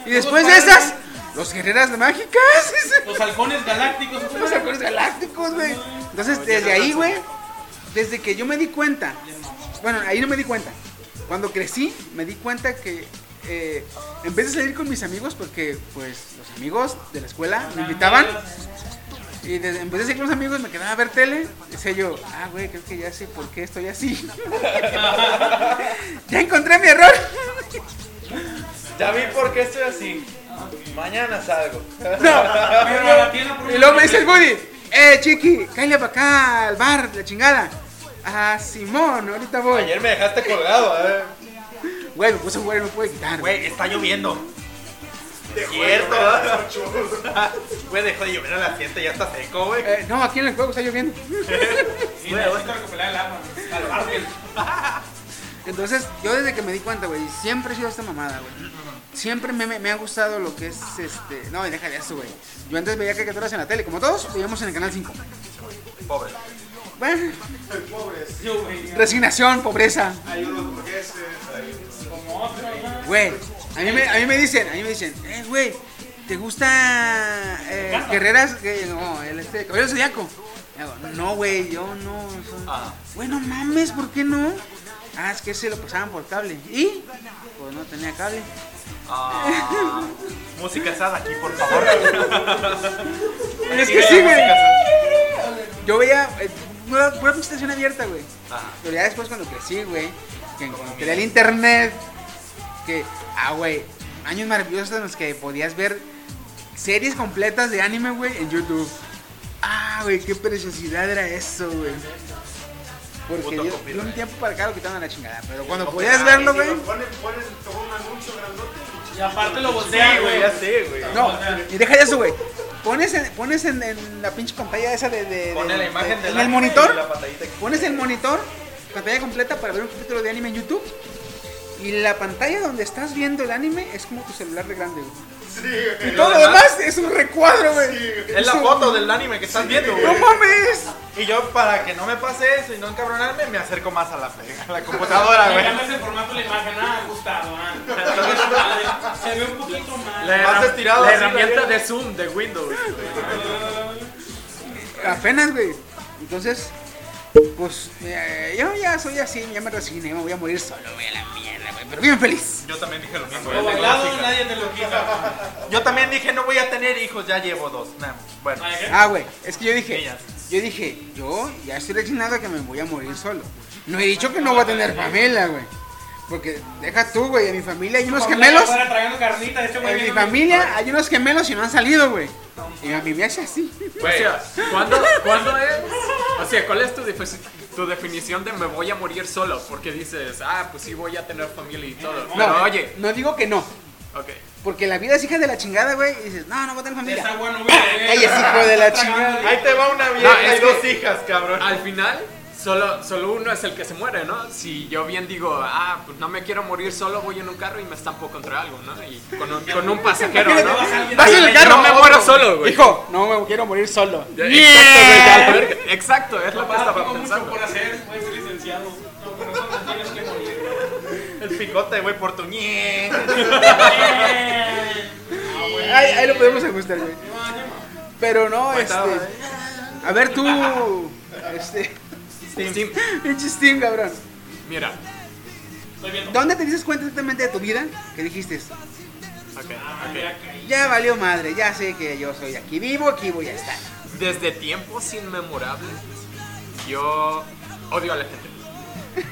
Y después de Todos padres, esas, los guerreras mágicas. Los halcones galácticos. Los halcones galácticos, güey. Entonces, desde ahí, güey, desde que yo me di cuenta, bueno, ahí no me di cuenta. Cuando crecí, me di cuenta que eh, en vez de salir con mis amigos, porque pues los amigos de la escuela me invitaban, y desde- en vez de salir con los amigos, me quedaba a ver tele. Decía yo, ah, güey, creo que ya sé por qué estoy así. ya encontré mi error. Ya vi por qué estoy así. Mañana salgo. Pero a la tienda por Y luego me dice el Woody, eh, chiqui, cállate para acá al bar, la chingada. Ah, Simón, ahorita voy. Ayer me dejaste colgado, a ver. Güey, me puse un güey, no puede quitar. Güey, está lloviendo. Cierto, ¿verdad? Güey, dejó de llover a las 7, ya está seco, güey. Eh, no, aquí en el juego está lloviendo. Sí, necesito recuperar el arma. Al Marvel. Entonces, yo desde que me di cuenta, güey, siempre he sido esta mamada, güey. Siempre me, me- me ha gustado lo que es este. No, y deja de eso, güey. Yo antes veía caricaturas en la tele, como todos, veíamos en el canal 5. Pobre. Bueno, pobres. Yo, güey. resignación, pobreza. Hay unos burgueses, hay Como otro, ajá. Güey, a mí, me, a mí me dicen, a mí me dicen, eh, güey, ¿te gusta eh, Gato. Guerreras? Que- No, el este, Caballero Zodíaco. Y hago, No, güey, yo no. soy-". Ah. Güey, no mames, ¿por qué no? Ah, es que se lo pasaban por cable. ¿Y? Pues no tenía cable. Ah, música sad aquí, por favor. Es que sí, güey. Yo veía eh, una, una presentación abierta, güey. Ajá. Pero ya después cuando crecí, güey, que encontré el internet, que, ah, güey, años maravillosos en los que podías ver series completas de anime, güey, en YouTube. Ah, güey, qué preciosidad era eso, güey. Porque Puto yo, copyright. ah, de un tiempo para acá lo quitaron a la chingada, pero cuando Copyright, podías verlo, Si güey. lo ponen, pones todo un anuncio grandote. Y aparte lo voltea, güey. sé, güey. No, y deja ya eso, güey. Pones, en, pones en, en la pinche pantalla esa de. de Pone de- la imagen de- del en el anime monitor. y la pantallita aquí. Pones el monitor, pantalla completa para ver un capítulo de anime en YouTube. Y la pantalla donde estás viendo el anime es como tu celular de grande, güey. Y todo lo demás es un recuadro, güey. Es la un- foto del anime que estás viendo, ¡No güey. mames! Y yo, para que no me pase eso y no encabronarme, me acerco más a la, a la computadora, güey. Cambias el formato de la imagen, ah, gustado, ah. Se ve un poquito mal. La, Más herra- estirado la así, herramienta la de Zoom de Windows. Apenas, güey. Entonces, pues, eh, yo ya soy así, ya me resigné, me voy a morir solo, güey, a la mierda, güey. Pero bien feliz. Yo también dije lo mismo. Lo bailado nadie te lo quita. Yo también dije, no voy a tener hijos, ya llevo dos. Nah, bueno. Ay, ¿qué? Ah, güey, es que yo dije, Niñas. yo dije, yo ya estoy resignado a que me voy a morir solo. No he dicho que no voy a tener familia, güey. Porque deja tú, güey, en mi familia hay unos gemelos. Ahora tragando carnita, este güey En mi viendo- familia hay unos gemelos y no han salido, güey. Y a mi viaje así. O sea, ¿cuándo, cuándo es? O sea, ¿cuál es tu, defi- tu definición de me voy a morir solo? Porque dices, ah, pues sí voy a tener familia y todo. Pero oye, no digo que no. ok. Porque la vida es hija de la chingada, güey. Y dices, no, no voy a tener familia. Esa guano, güey. Cállese, hijo de la chingada. Ahí te va una vieja No, es y dos que- hijas, cabrón. Al final, solo, solo uno es el que se muere, ¿no? Si yo bien digo, ah, pues no me quiero morir solo, voy en un carro y me estampo contra algo, ¿no? Y con un, con un pasajero, ¿no? Vas en el carro. No me otro. muero solo, güey. Hijo, no me quiero morir solo. Ya, Exacto, güey, ya, a ver, exacto, es lo que Papá, estaba tengo mucho pensando. por hacer, güey, soy licenciado. No, pero eso me tienes que morir. El picote, güey, por tu ñe. Ah, güey. Ahí, ahí lo podemos ajustar, güey. No, no, no. Pero no, Pues, este. Aguantaba, ¿eh? A ver tú. Este. Steam. Pinche Steam, cabrón. Mira, Estoy viendo. ¿Dónde te dices cuenta exactamente de tu vida? Que dijiste, ok, Ah, ok. ya caí. ya valió madre, ya sé que yo soy aquí vivo, aquí voy a estar. Desde tiempos inmemorables, yo odio a la gente.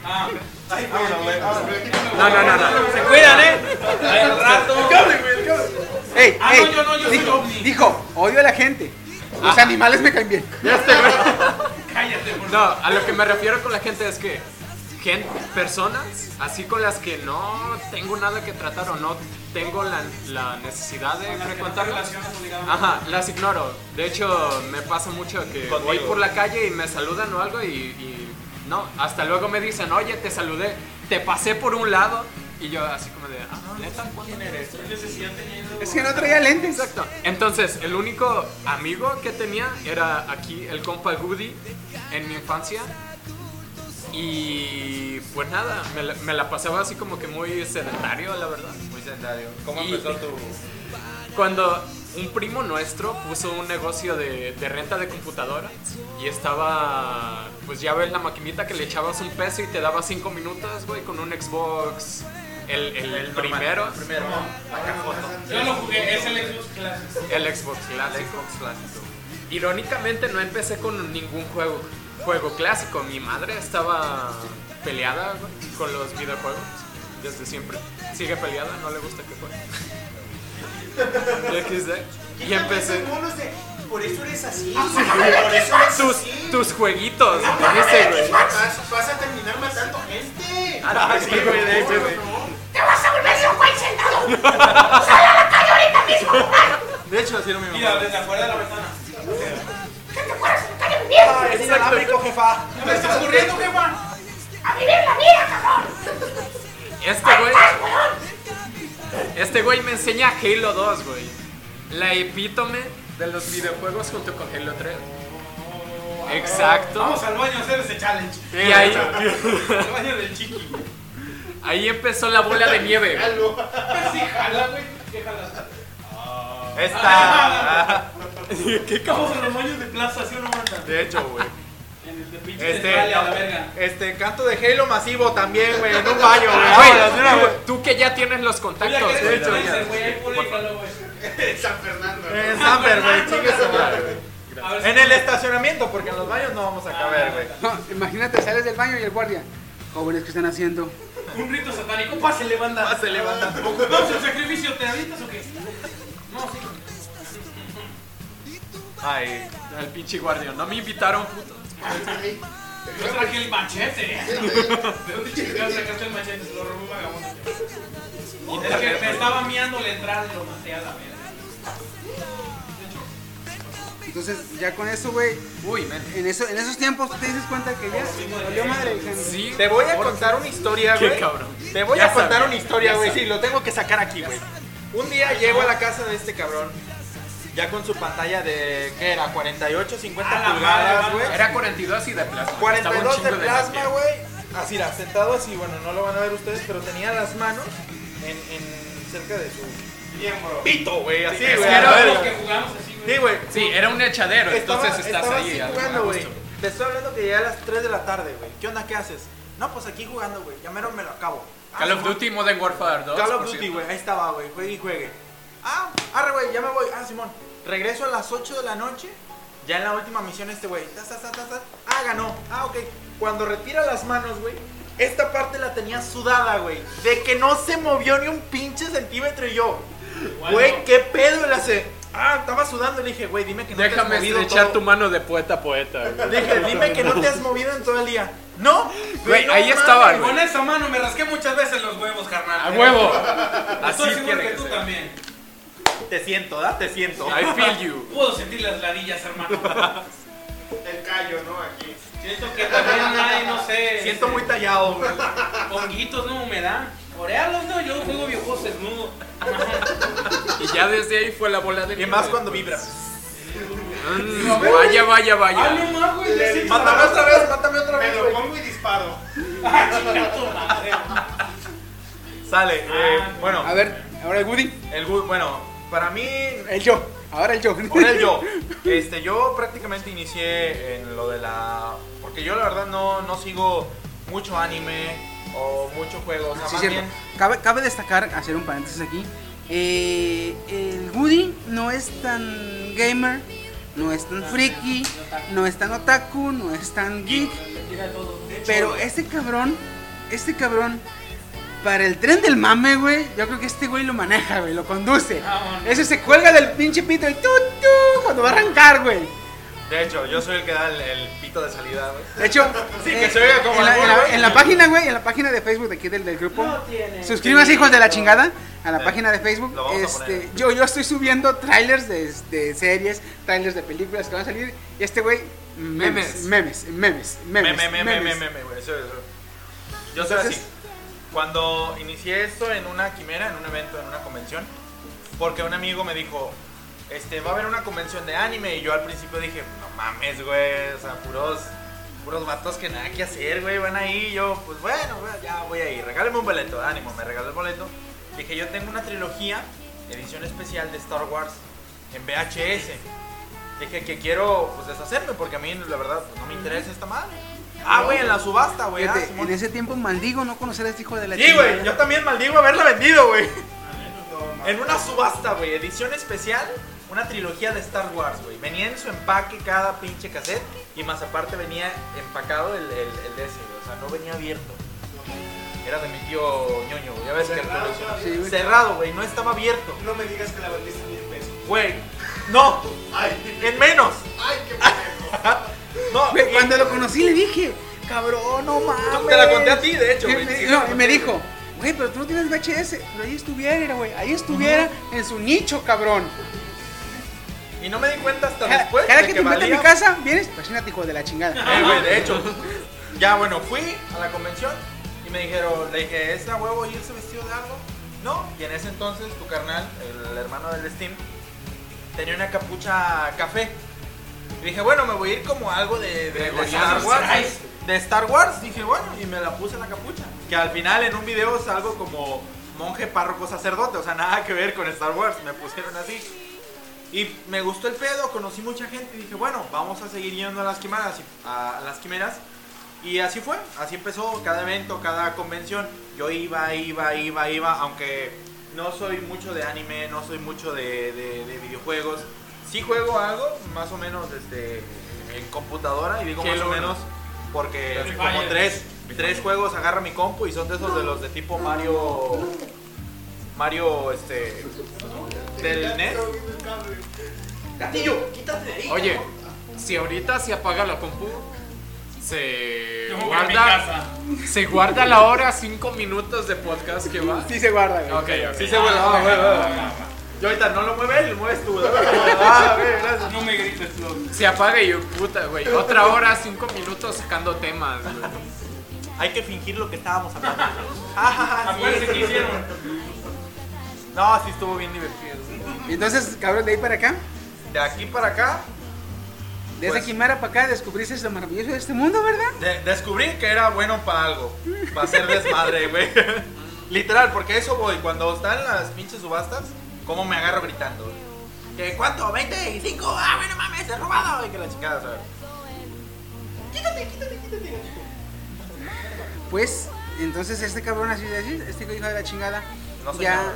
Ah, No, no, no, no. se cuidan, eh. Al rato. Ey, Ah, ey, no, yo no, yo soy dijo, ovni. dijo, odio a la gente. Los animales me caen bien. Cállate, por No, a lo que me refiero con la gente es que gen- personas así con las que no tengo nada que tratar o no tengo la, la necesidad de frecuentarlas. relaciones obligadas. Ajá, las ignoro. De hecho, me pasa mucho que Contigo. voy por la calle y me saludan o algo y, y no, hasta luego me dicen, oye, te saludé, te pasé por un lado y yo así como de, ah, neta, ¿cuándo eres? necesidad teniendo. Es que no traía lentes. Exacto. Entonces, el único amigo que tenía era aquí el compa Goody en mi infancia. Y pues nada, me la, me la pasaba así como que muy sedentario, la verdad. Muy sedentario. ¿Cómo Y- empezó tu...? Cuando un primo nuestro puso un negocio de, de renta de computadoras y estaba, pues ya ves la maquinita que le echabas un peso y te daba cinco minutos, güey, con un Xbox, el, el primero, El primero. Yo lo jugué, es el Xbox Classic. el Xbox Classic. Xbox clásico. Irónicamente no empecé con ningún juego, juego clásico. Mi madre estaba peleada güey, con los videojuegos desde siempre. Sigue peleada, no le gusta que juegue. XD. Y empecé Por eso eres así. Por eso eres tus, así. tus jueguitos. me dice, güey. Vas, vas a terminar matando gente. Ah, sí, güey, de hecho, güey. De hecho, así era mi Mira, mamá. desde afuera de la ventana. Es inalámbrico, jefa. ¿Me estás corriendo, jefa? ¡A vivir la vida, cabrón! Este güey me enseña Halo 2, güey. La epítome de los videojuegos junto con Halo 3. Exacto. Vamos al baño a hacer ese challenge. Y ahí, El baño del chiqui. ahí empezó la bola de nieve. güey. Sí, jala, güey. ¿Qué jala? Esta. ¿Qué Vamos a los baños de plaza, ¿sí o no, Marta? Ah, De hecho, güey. En el de pinche Este, central, a la verga. este canto de Halo masivo también, güey, en un baño, güey. Güey, Vámonos, mira, güey. tú que ya tienes los Oye, contactos, ¿qué güey. eres? Dice, güey, ahí pone y jala, güey. San Fernando. En Samper, güey, chingue su madre, güey. A ver si- En el estacionamiento, porque en los baños no vamos a Ah, caber, güey. No, imagínate, sales del baño y el guardia. Jóvenes, ¿qué están haciendo? Un rito satánico, pásele banda. Pásele, banda. Vamos al sacrificio, ¿te avientas o qué? No, sí. Ay, Al pinche guardia, no me invitaron, puto. Yo traje el machete. ¿De dónde chingados sacaste el machete? Se lo robó un vagabundo. Y es que me estaba miando la entrada y lo maté a la verga. Entonces, ya con eso, güey. Uy, men. En, eso, en esos tiempos te dices cuenta que ya valió madre. Alejandro. Sí, te voy a contar una historia, Qué güey. cabrón. Te voy Ya a contar sabía, una historia, ya güey. sabía. Sí, lo tengo que sacar aquí, güey. Un día llego a la casa de este cabrón. Ya con su pantalla de, ¿qué era? 48, 50 pulgadas, güey. Era 42 y de plasma. Estaba un 42 chingo de plasma, plasma. güey. Así, era, sentado así, bueno, no lo van a ver ustedes, pero tenía las manos en, en cerca de su Miembro. pito, güey. Así, Es güey. que a era la lo verga. Que jugamos así, güey. Sí, güey. Sí, era un echadero, Estaba- entonces estás estaba ahí. así a- a jugando, güey. gusto. Te estoy hablando que llegué a las 3 de la tarde, güey. ¿Qué onda? ¿Qué haces? No, pues aquí jugando, güey. Ya mero me lo acabo. Ah, Call of Simón. Duty Modern Warfare 2. Call of por Duty, cierto. güey. Ahí estaba, güey. Juegue y juegue. Ah, arre, güey. Ya me voy. Ah, Simón. Regreso a las 8 de la noche. Ya en la última misión este, güey. Tas, tas, tas, tas, tas. Ah, ganó. Ah, ok. Cuando retira las manos, güey. Esta parte la tenía sudada, güey. De que no se movió ni un pinche centímetro y yo. Güey, qué pedo le hace. Ah, estaba sudando. Le dije, güey, dime que no te Déjame has movido estrechar todo. tu mano de poeta a poeta, güey. Dije, dime que no te has movido en todo el día. No, Güey, no ahí mames, estaba, güey. Con esa mano me rasqué muchas veces los huevos, carnal. ¡A huevo! Estoy Así seguro tiene que que tú ser. también. Te siento, ¿da? Te siento. I feel you. Puedo sentir las ladillas, hermano. El callo, ¿no? Aquí. Siento que también hay, no sé. Siento muy tallado, güey. Honguitos, no humedad. Orealos, no, yo juego videojuegos desnudo. Y ya desde ahí fue la bola de Y nieve, más cuando güey. vibra. Mm, vaya, vaya, Ah, vaya. no más, güey. Le sí, di- Mátame otra vez, mátame otra Me vez. lo güey. pongo y disparo. Ah, chinga tu madre. Sale. eh, Ah, bueno, A ver, ahora el Woody. el gu- bueno, para mí El yo. Ahora el yo. Ahora el yo. Este, yo prácticamente inicié en lo de la. Porque yo la verdad no, no sigo mucho anime o mucho juego. O sea, Sí, más cierto. bien. Cabe, cabe destacar, hacer un paréntesis aquí. eh, el Woody no es tan gamer, no es tan friki, no es tan otaku, no es tan geek. Pero este cabrón, este cabrón, para el tren del mame, güey, yo creo que este güey lo maneja, güey, lo conduce. Ese se cuelga del pinche pito el tu tu cuando va a arrancar, güey. De hecho, yo soy el que da el, el pito de salida, güey. De hecho, que se oiga como en, la, albur, en la- güey. en la página, güey, en la página de Facebook de aquí del, del grupo. No tiene. Suscríbanse, hijos de la chingada, a la Eh, página de Facebook. lo vamos a Este, poner. yo, yo estoy subiendo trailers de, de series, trailers de películas que van a salir. Y este güey, memes, memes, memes, Meme, memes. meme, memes. meme, meme, güey. Eso, eso. Yo soy Entonces- así. Cuando inicié esto en una quimera, en un evento, en una convención, porque un amigo me dijo, este, va a haber una convención de anime y yo al principio dije, no mames, güey, o sea, puros, puros vatos que nada que hacer, güey, van ahí, y yo, pues bueno, güey, ya voy a ir, regáleme un boleto, ánimo, me regaló el boleto, dije, yo tengo una trilogía, edición especial de Star Wars, en VHS, dije que quiero, pues, deshacerme, porque a mí, la verdad, pues, no me interesa esta madre. Ah, güey, en la subasta, güey. ah, Fíjate, Simón. en ese tiempo maldigo no conocer a este hijo de la Sí, chingada. güey, yo también maldigo haberla vendido, güey. En una subasta, güey, edición especial, una trilogía de Star Wars, güey. Venía en su empaque cada pinche cassette y más aparte venía empacado el, el, el de ese, güey, o sea, no venía abierto. Era de mi tío ñoño, güey, ya ves que el Cerrado, colecciona. Sí, güey. Cerrado, güey, no estaba abierto. No me digas que la vendiste en 10 pesos. Güey, no, Ay, en menos. ay, qué pendejo. No, Güey, y- cuando lo conocí le dije, cabrón, no mames. te la conté a ti, de hecho, Y güey. me- no, sí, te y la me conté. dijo, güey, pero tú no tienes VHS. Pero ahí estuviera, güey, ahí estuviera en su nicho, cabrón. Y no me di cuenta hasta Cada, después. cada de que te invito a mi valía casa, vienes, imagínate, hijo de la chingada. Eh, güey, de hecho, ya bueno, fui a la convención y me dijeron, le dije, ¿es a huevo irse vestido de algo? No, y en ese entonces tu carnal, el hermano del Steam, tenía una capucha café. Y dije, bueno, me voy a ir como algo de, de- de Star Gregorianos, Wars. Christ. De Star Wars, dije, bueno, y me la puse en la capucha. Que al final en un video salgo como monje, párroco, sacerdote, o sea, nada que ver con Star Wars, me pusieron así. Y me gustó el pedo, conocí mucha gente y dije, bueno, vamos a seguir yendo a las quimeras. y- A, a las quimeras. Y así fue, así empezó cada evento, cada convención. Yo iba, iba, iba, iba, aunque no soy mucho de anime, no soy mucho de, de- de videojuegos. Sí juego algo, más o menos este, en computadora, y digo más Halo o uno. menos porque Free como Fire. tres, tres juegos agarra mi compu y son de esos de los de tipo Mario... Mario, este... Del E NES. Gatillo, quítate de ahí. Oye, si ahorita se apaga la compu, se Yo me voy a mi guarda, casa. se guarda la hora 5 minutos de podcast que va. Sí se guarda, güey. Ok, ok. Sí se vuelve. ah, güey, güey, güey. Yo ahorita no lo mueve él, lo mueves tú. Ah, güey, gracias. No me grites, no. Se apaga y yo, puta, güey. Otra hora, 5 minutos sacando temas, güey. Hay que fingir lo que estábamos hablando. Ah, ah, ah, sí. Acuérdense que hicieron. No, sí estuvo bien divertido. Y Entonces, cabrón, de ahí para acá, De aquí para acá, de esa Pues- quimera para acá, descubriste lo maravilloso de este mundo, ¿verdad? de- descubrí que era bueno para algo. Para hacer desmadre, güey. Literal, porque a eso voy. Cuando están las pinches subastas, ¿cómo me agarro gritando? güey? ¿Que ¿Cuánto? ¿25? Ah, bueno, mames, he robado. Y que la chicada, ¿sabes? Pues, entonces este cabrón así de así, este hijo de la chingada. No soy ya.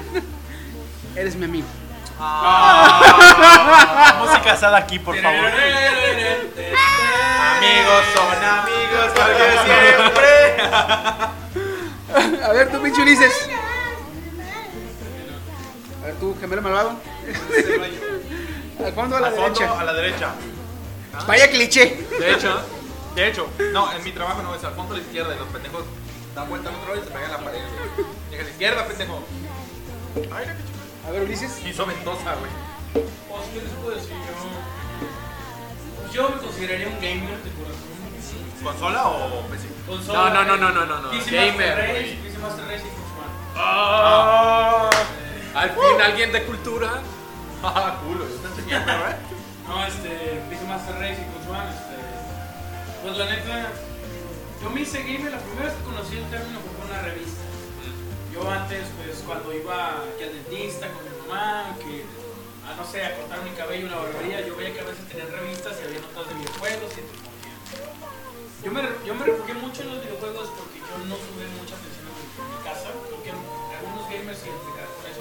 Eres mi amigo. Música asada aquí, por favor. Amigos son amigos porque siempre. A ver, tú, pinche Ulises. A ver, tú, gemelo malvado. Al fondo a la Al fondo, derecha. a la derecha. Vaya cliché. De hecho, de hecho, no, en mi trabajo no es al fondo a la izquierda y los pendejos dan vuelta al otro lado y se pegan a la pared. güey. Llega a la izquierda, pendejo. Ay, la que chingada. A ver, Ulises. Hizo ventosa, güey. Pues, ¿qué les puedo decir yo? Pues, Yo me consideraría un gamer de corazón. ¿Consola o PC? Consola, No, no, no, no, no, no, no. PC Gamer, Master Race, güey. PC Master Race y Xbox One. Al fin, alguien de cultura. Ah, culo, yo ¿eh? te enseñando, güey. No, este, Pizza Master Race y Coach One, este. Pues la neta, yo me hice gamer, la primera vez que conocí el término fue por una revista. Yo antes, pues cuando iba aquí al dentista con mi mamá, que, a no sé, a cortar mi cabello una barbería, yo veía que a veces tenían revistas y había notas de videojuegos y tecnología. Yo me, yo me refugié mucho en los videojuegos porque yo no tuve mucha atención en mi, en mi casa. Creo que algunos gamers se identificarán con eso.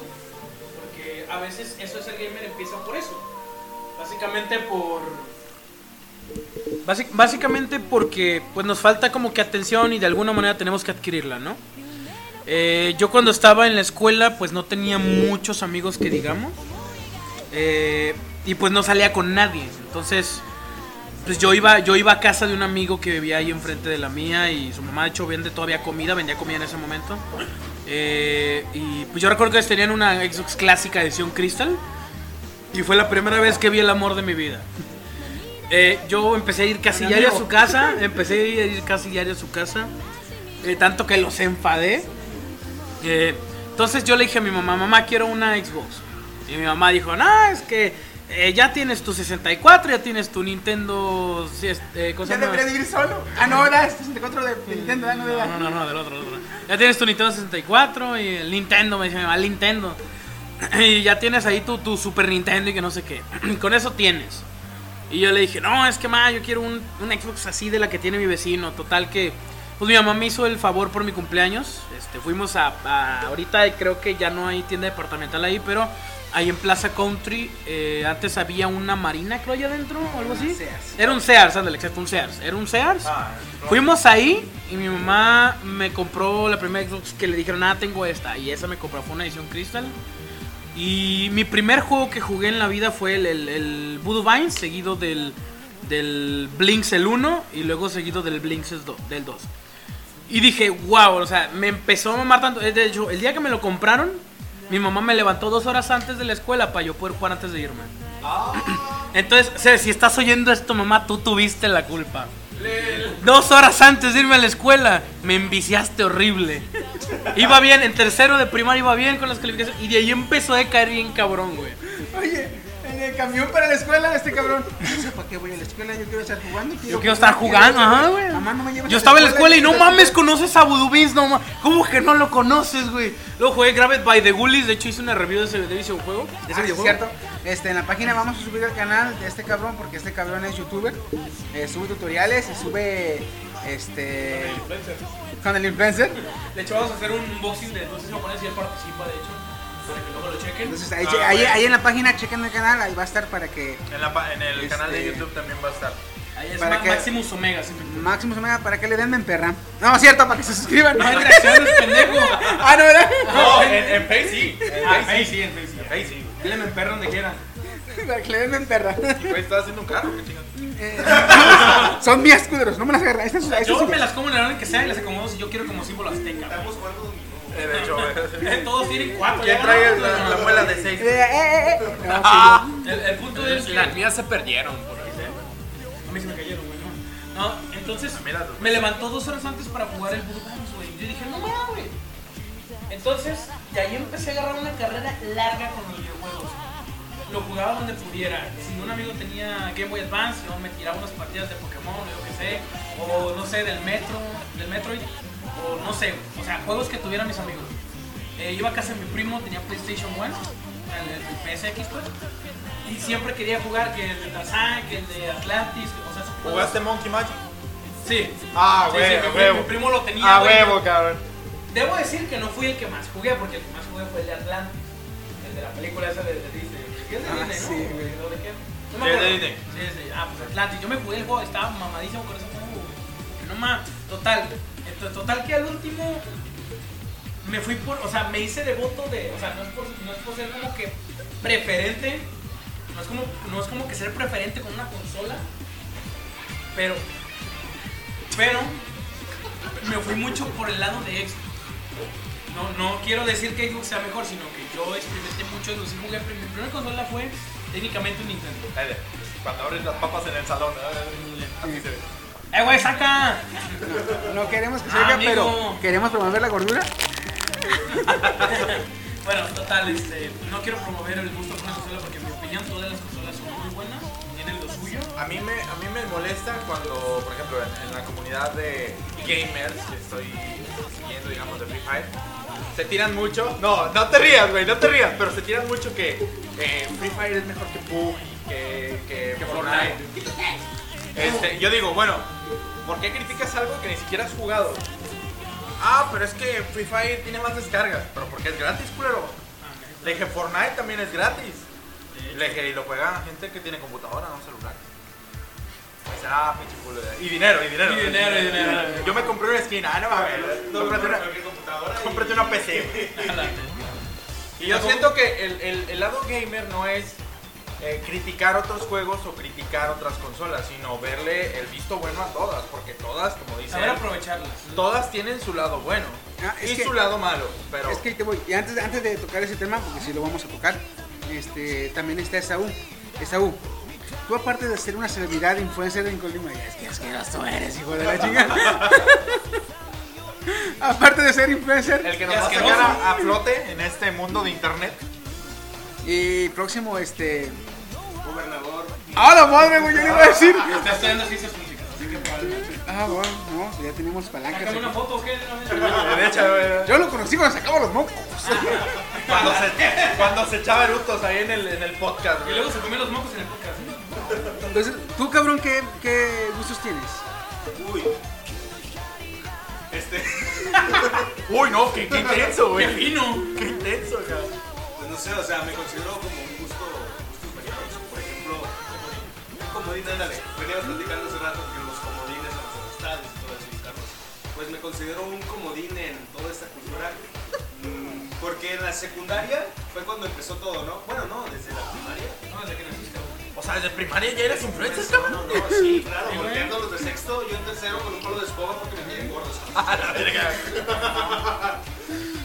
Porque a veces eso es el gamer, empieza por eso. Básicamente por. básicamente porque pues nos falta como que atención y de alguna manera tenemos que adquirirla, ¿no? Eh, yo cuando estaba en la escuela pues no tenía muchos amigos que digamos. Eh, y pues no salía con nadie. Entonces pues yo iba, yo iba a casa de un amigo que vivía ahí enfrente de la mía y su mamá de hecho vende todavía comida, vendía comida en ese momento. Eh, y pues yo recuerdo que tenían una Xbox clásica edición Crystal. Y fue la primera vez que vi el amor de mi vida. Eh, yo empecé a ir casi diario a su casa. Empecé a ir casi diario a su casa. eh, tanto que los enfadé. Eh, entonces yo le dije a mi mamá, mamá, quiero una Xbox. Y mi mamá dijo, no, es que eh, ya tienes tu 64, ya tienes tu Nintendo... sí, este, ¿cómo se Ya llama? debería de vivir solo. Ah, no, era este 64 de de Nintendo, ah, no de No, no, no, del otro, del otro. Ya tienes tu Nintendo 64 y el Nintendo, me dice mi mamá, el Nintendo. Y ya tienes ahí tu, tu Super Nintendo y que no sé qué. Con eso tienes. Y yo le dije, no, es que ma, yo quiero un, un Xbox así de la que tiene mi vecino. Total que, pues mi mamá me hizo el favor por mi cumpleaños. Este, fuimos a, a- ahorita creo que ya no hay tienda departamental ahí, pero ahí en Plaza Country eh, antes había una marina, creo, allá adentro o algo así. Sears. Era un Sears, ándale, exacto, un Sears. Era un Sears. Ah, Fuimos ahí y mi mamá me compró la primera Xbox que le dijeron, ah, tengo esta. Y esa me compró, fue una edición Crystal. Y mi primer juego que jugué en la vida fue el, el, el Voodoo Vines, seguido del, del Blinks el 1 y luego seguido del Blinks el do- del 2. Y dije, wow, o sea, me empezó a mamar tanto. Eh, De hecho, el día que me lo compraron, mi mamá me levantó dos horas antes de la escuela para yo poder jugar antes de irme. Entonces, Cere, si estás oyendo esto, mamá, tú tuviste la culpa. Dos horas antes de irme a la escuela, me enviciaste horrible. Iba bien, en tercero de primaria iba bien con las calificaciones. Y de ahí empezó a caer bien cabrón, güey. Oye, en el camión Eh, para la escuela, este cabrón. No sé para qué voy a la escuela, yo quiero estar jugando. Yo quiero estar jugando, ajá, güey. Mamá, no me lleves Yo estaba en la escuela y no quiero estar- mames, conoces a Voodoo Beans, no mames. ¿Cómo que no lo conoces, güey? Luego jugué Grabbed by the Ghoulies, de hecho hice una review de ese, de ese videojuego. de Ah, ese sí, es videojuego. cierto. Este, en la página vamos a subir al canal de este cabrón porque este cabrón es youtuber. Eh, sube tutoriales y sube este con el influencer. De hecho, vamos a hacer un unboxing de entonces japonés y él participa, de hecho. Para que luego lo chequen. Entonces ahí, Ah, ahí- ahí en la página chequen el canal, ahí va a estar para que En, la pa- en el Este- canal de YouTube también va a estar. Ahí es ¿Para Ma- qué? Maximus Omega, siempre. Maximus Omega para que le den en perra. No, es cierto, para que se suscriban. No hay reacciones, pendejo. ah, no, ¿verdad? No, en, en Face sí. En Ah, Face ahí sí, en Facebook. En Face sí. güey. Díganme en perro donde quieran. para que le den en perra. Güey, estás haciendo un carro, qué chingada. Eh, son mías, culeros, no me las agarran. Ahí están sus- ahí están Yo sus- me las como en la orden que sea y las acomodo si yo quiero como símbolo azteca. Eh, de hecho, güey. Eh, Todos tienen cuatro. ¿Quién ya trae ganamos, la, la güey. muela de seis? Eh, eh, eh, eh. No, sí, Ah. El, el punto es que Las mías se perdieron por ahí. a mí se me cayeron, güey. No, No, entonces mí las dos. me levantó dos horas antes para jugar el Blue Bombs, güey. Yo dije, no mames, güey. Entonces, de ahí empecé a agarrar una carrera larga con los videojuegos. Lo jugaba donde pudiera. Si un amigo tenía Game Boy Advance, yo me tiraba unas partidas de Pokémon, o yo qué sé. O no sé, del Metro, del Metroid. O no sé, o sea, juegos que tuvieran mis amigos. Eh, iba a casa de mi primo, tenía PlayStation 1, el, el PSX, pues. Y siempre quería jugar que el de Tarzán, que el de Atlantis, o sea, esos juegos- ¿Jugaste Monkey Magic? Sí. Ah, Sí, güey, sí, a mi, pri- huevo. mi primo lo tenía. Ah, güey. huevo, cabrón. Debo decir que no fui el que más jugué, porque el que más jugué fue el de Atlantis. El de la película esa de, de Disney. ¿Qué es de Ah, Disney, sí, no? güey. ¿O de qué? No me Sí, es de acuerdo. Disney. Sí, sí. Ah, pues Atlantis. Yo me jugué el juego, estaba mamadísimo con ese juego, güey. No mames. Total. Ento- Total que al último me fui por, o sea, me hice devoto de, o sea, no es por, no es por ser como que preferente, no es como, no es como que ser preferente con una consola, pero, pero me fui mucho por el lado de Xbox. No, no quiero decir que Xbox sea mejor, sino que yo experimenté mucho Xbox y jugué. Mi primera consola fue técnicamente un Nintendo. Ahí de- Cuando abres las papas en el salón, ¿verdad? Así se ve. ¡Eh, güey, saca! No queremos que se Ah, oiga, amigo. pero queremos promover la gordura. Bueno, total, este, no quiero promover el gusto por una consola porque en mi opinión todas las consolas son muy buenas, tienen lo suyo. A mí, me, a mí me molesta cuando, por ejemplo, en, en la comunidad de gamers que estoy siguiendo, digamos, de Free Fire, se tiran mucho. No, no te rías, güey, no te rías, pero se tiran mucho que eh, Free Fire es mejor que PUBG, que, que Fortnite. Este, yo digo, bueno, ¿por qué criticas algo que ni siquiera has jugado? Ah, pero es que Free Fire tiene más descargas, pero porque es gratis, culero. Le dije, Fortnite también es gratis. Le dije, y lo juega gente que tiene computadora, no celular. Pues, ah, pinche culo de- Y dinero, y dinero. Y dinero, y dinero. Yo me compré una skin, ah, no mames. Cómprate una, cómprate una PC, güey. Y yo siento que el, el- el lado gamer no es eh, criticar otros juegos o criticar otras consolas, sino verle el visto bueno a todas, porque todas, como dice, Saber él, aprovecharlas. todas tienen su lado bueno Ah, es y que- su lado malo, pero Es que ahí te voy. Y antes, antes de tocar ese tema, porque si lo vamos a tocar, este, también está Esaú. Esaú, tú aparte de ser una celebridad influencer en Colima, ya es que asqueroso eres, hijo de la chingada. aparte de ser influencer el que nos va a asqueroso. sacar a, a flote en este mundo de internet. y próximo, este. Gobernador. ¡Ah, la madre, güey! Yo le iba a decir. Estás estudiando ciencias físicas, así que probablemente. Ah, bueno, no, ya tenemos palancas. Sácame una foto o qué de una vez. De hecho, eh, Yo lo conocí cuando sacaba los mocos. cuando se, cuando se echaba eructos ahí en el, en el podcast, Y güey. luego se comió los mocos en el podcast. ¿eh? Entonces, tú, cabrón, ¿qué, qué gustos tienes? Uy. Este. Uy, no, qué, qué intenso, ¡Qué güey. fino! Qué intenso, cabrón. Pues no sé, o sea, me considero como un gusto, gustos variados. Por ejemplo, un comodín, ándale. Veníamos platicando hace rato que los comodines a las amistades y todo eso, y Carlos. Pues me considero un comodín en toda esta cultura. mm, Porque en la secundaria fue cuando empezó todo, ¿no? Bueno, no, desde la primaria. No, desde que naciste, güey. O sea, desde primaria ya eres influencer, Pues, cabrón. No, no, sí, claro, volteando los de sexto, yo en tercero con un palo de escoba porque me tienen gordos. A la verga.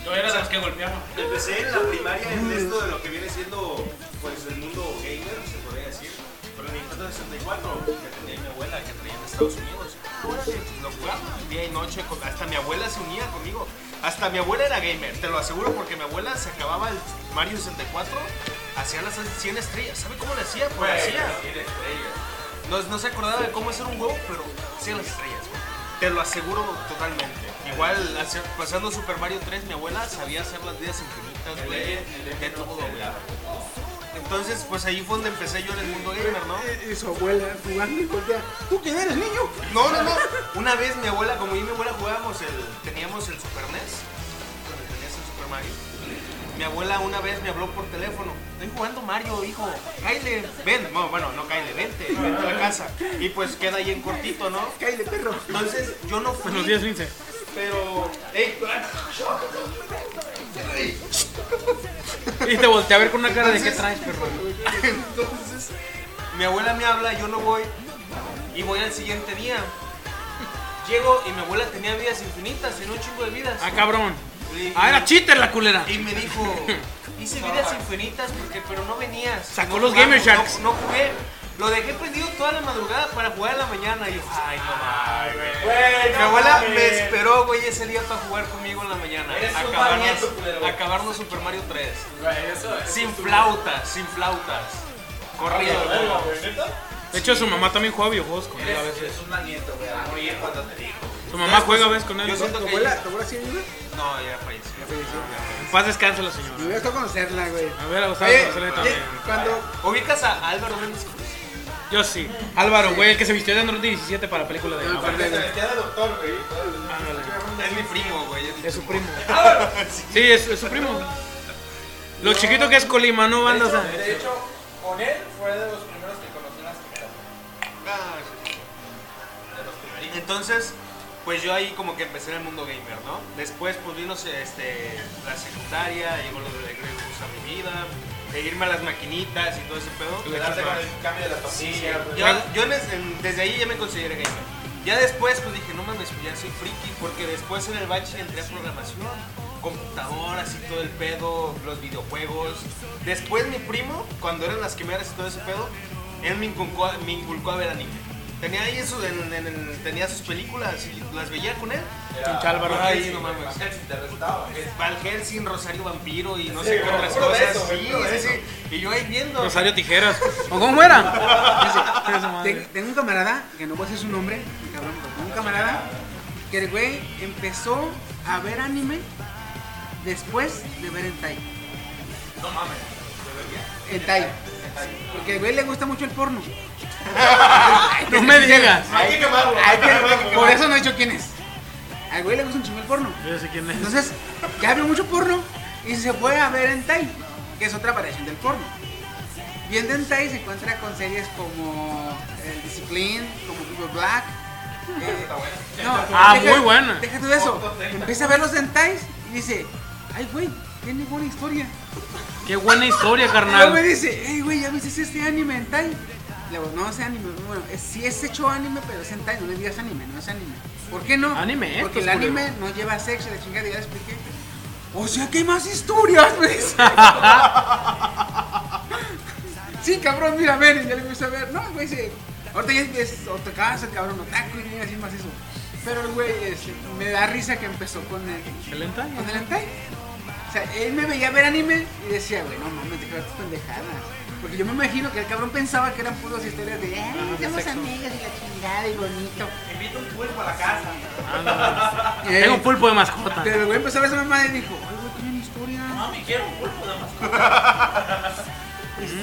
Yo era de los que golpeaba. Empecé en la primaria en esto de lo que viene siendo pues el mundo gamer, se podría decir. Pero en Nintendo 64 que tenía mi abuela que traía de Estados Unidos. Órale, pues, lo jugaba día y noche, con- hasta mi abuela se unía conmigo. Hasta mi abuela era gamer, te lo aseguro, porque mi abuela se acababa el Mario 64, hacía las 100 estrellas. ¿Sabe cómo le hacía? Pues le hacía. No, no se acordaba de cómo hacer un juego, pero hacía las estrellas, güey. Te lo aseguro totalmente. Igual, hacia- pasando Super Mario 3, mi abuela sabía hacer las vidas infinitas, güey, de todo, güey. Entonces, pues ahí fue donde empecé yo en el mundo gamer, ¿no? Y- Y Eh, su abuela jugando y voltea. ¿Tú quién eres, niño? No, no, no. Una vez mi abuela, como yo y mi abuela jugábamos el. Teníamos el Super NES. Donde tenías el Super Mario. Mi abuela una vez me habló por teléfono. Estoy jugando Mario, hijo. Cáile, ven. No, bueno, no cáile, vente, vente a la casa. Y pues queda ahí en cortito, ¿no? Cállate, perro. Entonces yo no fui. Buenos días, Vince. Pero. ¡Ey! Y te volteé a ver con una cara de qué traes, perro. Entonces, mi abuela me habla, yo no voy. Y voy al siguiente día. Llego y mi abuela tenía vidas infinitas, tenía un chingo de vidas. Ah, cabrón. Y- Ah, era cheater la culera. Y me dijo, hice vidas infinitas porque pero no venías. Sacó No los jugamos, Gamer Sharks. No, no jugué. Lo dejé prendido toda la madrugada para jugar en la mañana. Y yo, ay, no mames. Mi abuela me esperó, güey, ese día para jugar conmigo en la mañana. Acabarnos, acabarnos Super Mario 3. sin flautas, sin flautas. Corrido, güey. De hecho, su mamá también juega videojuegos con él a veces. Es un nieto, güey. a morir cuando te digo. Su mamá juega a veces con él. Yo siento ¿Tu que. abuela, tu abuela sí vive? No, ya falleció. En paz descansa la señora. Me hubiera gustado conocerla, güey. A ver, a gustado Oye, conocerle oye, también. cuando ¿Ubicas a Álvaro Méndez Cruz? Yo sí. Álvaro, güey, el que se vistió de Android 17 para la película Ah, de. Es mi primo, güey. es mi Es su primo. primo. Sí, es, es su primo. Lo chiquito que es Colima, ¿no, banda? O sea, De hecho, con él fue de los primeros que conocí las primeras. Entonces, pues yo ahí como que empecé en el mundo gamer, ¿no? Después, pues vino este, la secundaria, llegó lo de Greyhounds a mi vida, de irme a las maquinitas y todo ese pedo. Quedarse con el cambio de la tortilla, güey. Yo, yo en es- en- desde ahí ya me consideré gamer. Ya después, pues dije, no mames, ya soy friki, porque después en el bache entré a programación, computadoras y todo el pedo, los videojuegos. Después mi primo, cuando eran las quimeras y todo ese pedo, él me inculcó, me inculcó a ver anime. Tenía ahí eso, en- en- en- tenía sus películas y las veía con él. pinche Álvaro. Ay, no mames. Te restaba. Val Helsing, Rosario Vampiro y no sé qué güey, otras puro de cosas. eso, güey, Sí, puro de sí, sí. Y yo ahí viendo. Rosario Tijeras. ¿O cómo era? Ese- esa madre. Ten- Tengo un camarada, que no voy a decir su nombre, cabrón, pero tengo un camarada que el güey empezó a ver anime después de ver Entai. No mames. Entai. Porque al güey le gusta mucho el porno. No me digas. Hay que quemarlo. Hay que- por eso no he dicho quién es. Al güey le gusta un chingo el porno. Yo sé quién es. Entonces, ya vio mucho porno y se fue a ver Entai, que es otra variación del porno. Viendo Entai se encuentra con series como eh, Discipline, como People Black. eh, no, Ah, muy buena. Deja tú de eso. Empieza a ver los Entais y dice, ay güey, tiene buena historia. Qué buena historia, Luego me carnal. dice, hey güey, ¿ya viste este anime Entai? Le digo, no, ese anime, bueno, es- sí es hecho anime, pero es Entai, no le digas anime, no es anime. ¿Por qué no? Anime, eh, Porque el pues, culero. anime no lleva sexo, la chingada, y ya le expliqué. O sea que hay más historias, me dice. sí, cabrón, mira, a ver, y ya le empiezo a ver. No, güey, dice, ahorita ya es otra casa, cabrón, otaku, y viene así más eso. Pero el güey, este, me da risa que empezó con el, El hentai. con el hentai. O sea, él me veía ver anime y decía, güey, no mames, deja estas pendejadas. Porque yo me imagino que el cabrón pensaba que eran puras historias de, ay, somos amigas y la chingada y bonito. Invito un pulpo a la casa. Eh, Tengo un pulpo de mascota. Pero el güey empezó a ver a su mamá y dijo, ay, güey, tienen historia. Mami, quiero un pulpo de mascota.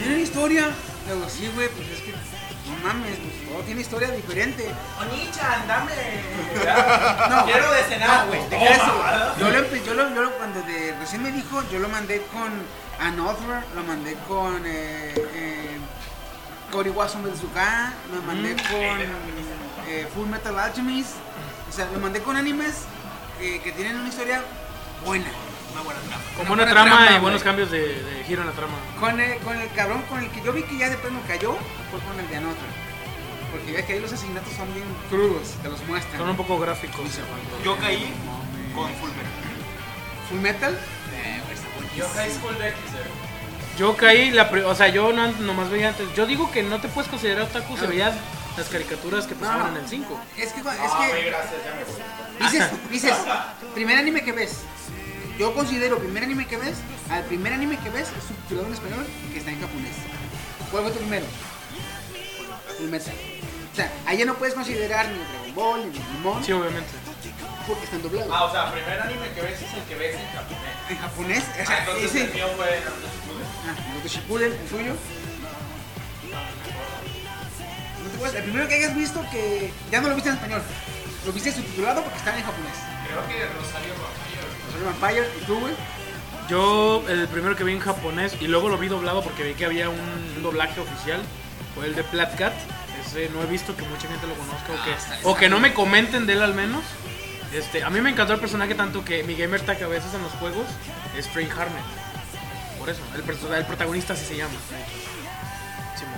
¿Tienen historia? Le digo, sí, güey, pues es que, no mames, pues todo tiene historia diferente. Onichan, dame. No, Quiero de cenar, no, güey. oh, deja eso. Yo lo, empe- yo lo- yo lo- cuando de- recién me dijo, yo lo mandé con Another, lo mandé con eh, eh, Cory Watson Belzuka, lo Mm. mandé con eh, Full Metal Alchemist. O sea, lo mandé con animes eh, que tienen una historia buena. Una buena trama. Con buena buena trama, trama y güey. buenos cambios de, de giro en la trama. Con el, con el cabrón con el que yo vi que ya después me cayó, fue con el de Another. Porque ves que ahí los asesinatos son bien crudos, te los muestran. Son un poco gráficos. Yo caí con Fulmer. Full Metal. Yo High School DxD. Yo caí, la pri- o sea, yo no, nomás veía antes. Yo digo que no te puedes considerar otaku si veías las caricaturas que pasaban en el 5. Es que, es que gracias, ya me voy. dices, dices, primer anime que ves. Yo considero primer anime que ves, al primer anime que ves, subtitulado en español, que está en japonés. ¿Cuál fue tu primero? Fullmetal. O sea, allá no puedes considerar ni Dragon Ball, ni Digimon, Sí, obviamente. porque están doblados. Ah, o sea, primer anime que ves es el que ves en japonés. En japonés, o Ah, sea, entonces ese- el mío fue Naruto Shippuden. Ah, Naruto Shippuden, el suyo. No te puedes- el primero que hayas visto que ya no lo viste en español, lo viste subtitulado porque estaba en japonés. Creo que Rosario Vampiro. Los Vampire y tú, güey. Yo, el primero que vi en japonés y luego lo vi doblado porque vi que había un, un doblaje oficial, fue el de Plat Cat. Ese no he visto que mucha gente lo conozca Ah, o que, o que no me comenten de él al menos. Este, a mí me encantó el personaje tanto que mi gamer tag a veces en los juegos es Frank Harmon. Por eso, el, perso- el protagonista así se llama. Simón.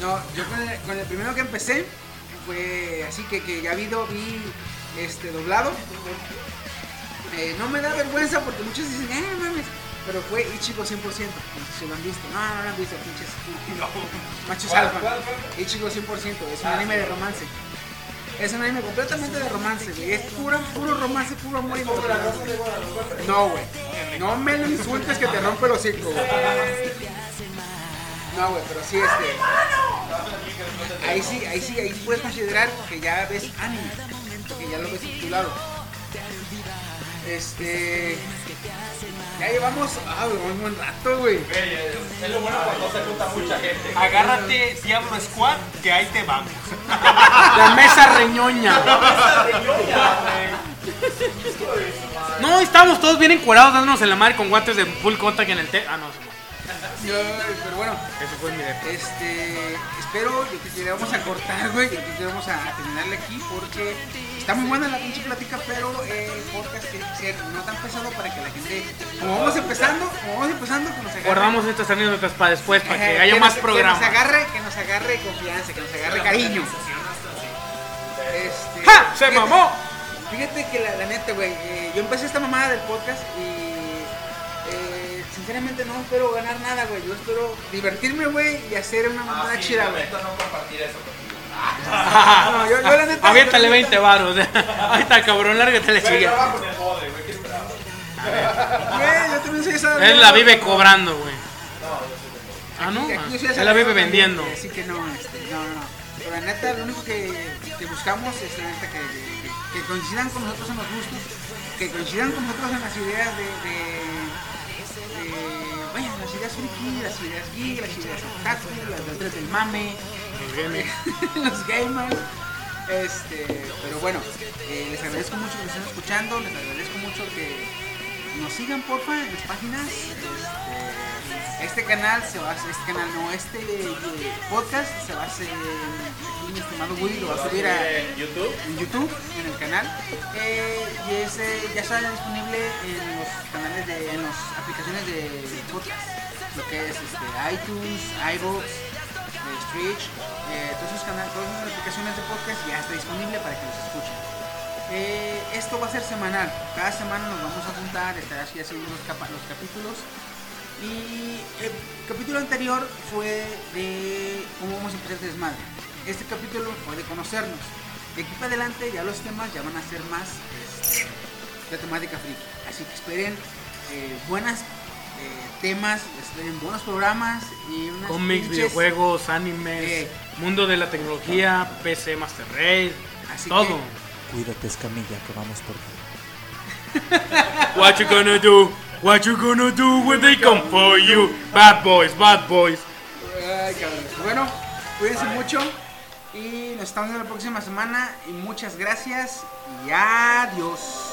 No, yo con el, con el primero que empecé fue así que, que ya vi, do- vi este, doblado. Eh, no me da vergüenza porque muchos dicen, eh, mames. Pero fue Ichigo 100%. No sé si lo han visto. No, no lo han visto, pinches. Machos alfa. Ichigo 100%. Es un anime de romance. Es un anime completamente de romance, güey. Es pura, puro romance, puro amor y desesperanza. No, güey. No me lo insultes que te rompe los hocico, güey. No, güey, pero sí este. Ahí sí, ahí sí, ahí puedes considerar que ya ves anime, que ya lo ves titulado. Este. Ya llevamos. Ah, güey, un buen rato, güey. Es lo bueno cuando se junta mucha gente. Agárrate, Diablo Squad, que ahí te vamos. La mesa reñoña. No, estamos todos bien encuerados dándonos en la madre con guantes de full contact en el té. Ah, no, Simón. Yo- pero bueno, eso fue mi idea. este. Espero que te vamos a cortar, güey, que te vamos a terminarle aquí porque está muy buena la pinche plática, pero eh, el podcast tiene que ser no tan pesado para que la gente. Como vamos empezando, como vamos empezando, que nos agarre. Guardamos estas anécdotas para después, para que Ajá, haya más nos- programas. Que nos agarre, que nos agarre confianza, que nos agarre cariño. Este, ¡Ja! ¡Se fíjate- mamó! Fíjate que la, la neta, güey, eh, yo empecé esta mamada del podcast y eh, sinceramente no espero ganar nada, güey. Yo espero divertirme, güey, y hacer una mamada Ah, sí, chida, güey. lamento no compartir eso contigo. No, yo, yo la neta. Aviéntale yo la neta- 20 varos. Ahí está, cabrón, lárgate la Pero chilla. trabajo en el poder, güey, ¿qué esperaba? Güey, yo también soy esa. Él la vive cobrando, güey. Ah, no. Aquí yo soy ah, esa Él la vive persona, vendiendo. güey, Así que no, este, no, no, no. Pero la neta, lo único que, que buscamos es la neta que, que- que coincidan con nosotros en los gustos, que coincidan con nosotros en las ideas de. de, de- vaya, las ideas friki, las ideas geek, las ideas otaku, las letras del mame, los gamers. Este, pero bueno, eh, les agradezco mucho que nos estén escuchando, les agradezco mucho que nos sigan porfa en las páginas. Este, este canal se va a hacer, este canal no, este eh, podcast se va a hacer, aquí mi estimado Woody lo va a subir a, En YouTube. en YouTube, en el canal. Eh, y es, eh, ya está disponible en los canales de, en las aplicaciones de podcast, lo que es este, iTunes, iVoox, eh, Twitch, eh, todos esos canales, todas esas aplicaciones de podcast ya está disponible para que los escuchen. Eh, esto va a ser semanal, cada semana nos vamos a juntar, estará así haciendo los, capa- los capítulos. Y el capítulo anterior fue de cómo vamos a empezar este desmadre. Este capítulo fue de conocernos. De aquí para adelante ya los temas ya van a ser más este, de temática friki. Así que esperen eh, buenas eh, temas, esperen buenos programas y unas Cómics, pinches- videojuegos, animes, Eh. mundo de la tecnología, PC, Master Race, Así todo. que- Cuídate, Escamilla, que vamos por ti. What you gonna do? What you gonna do when they come for you? Bad boys, bad boys. Ay, cabrón. Bueno, cuídense mucho y nos estamos viendo la próxima semana y muchas gracias y adiós.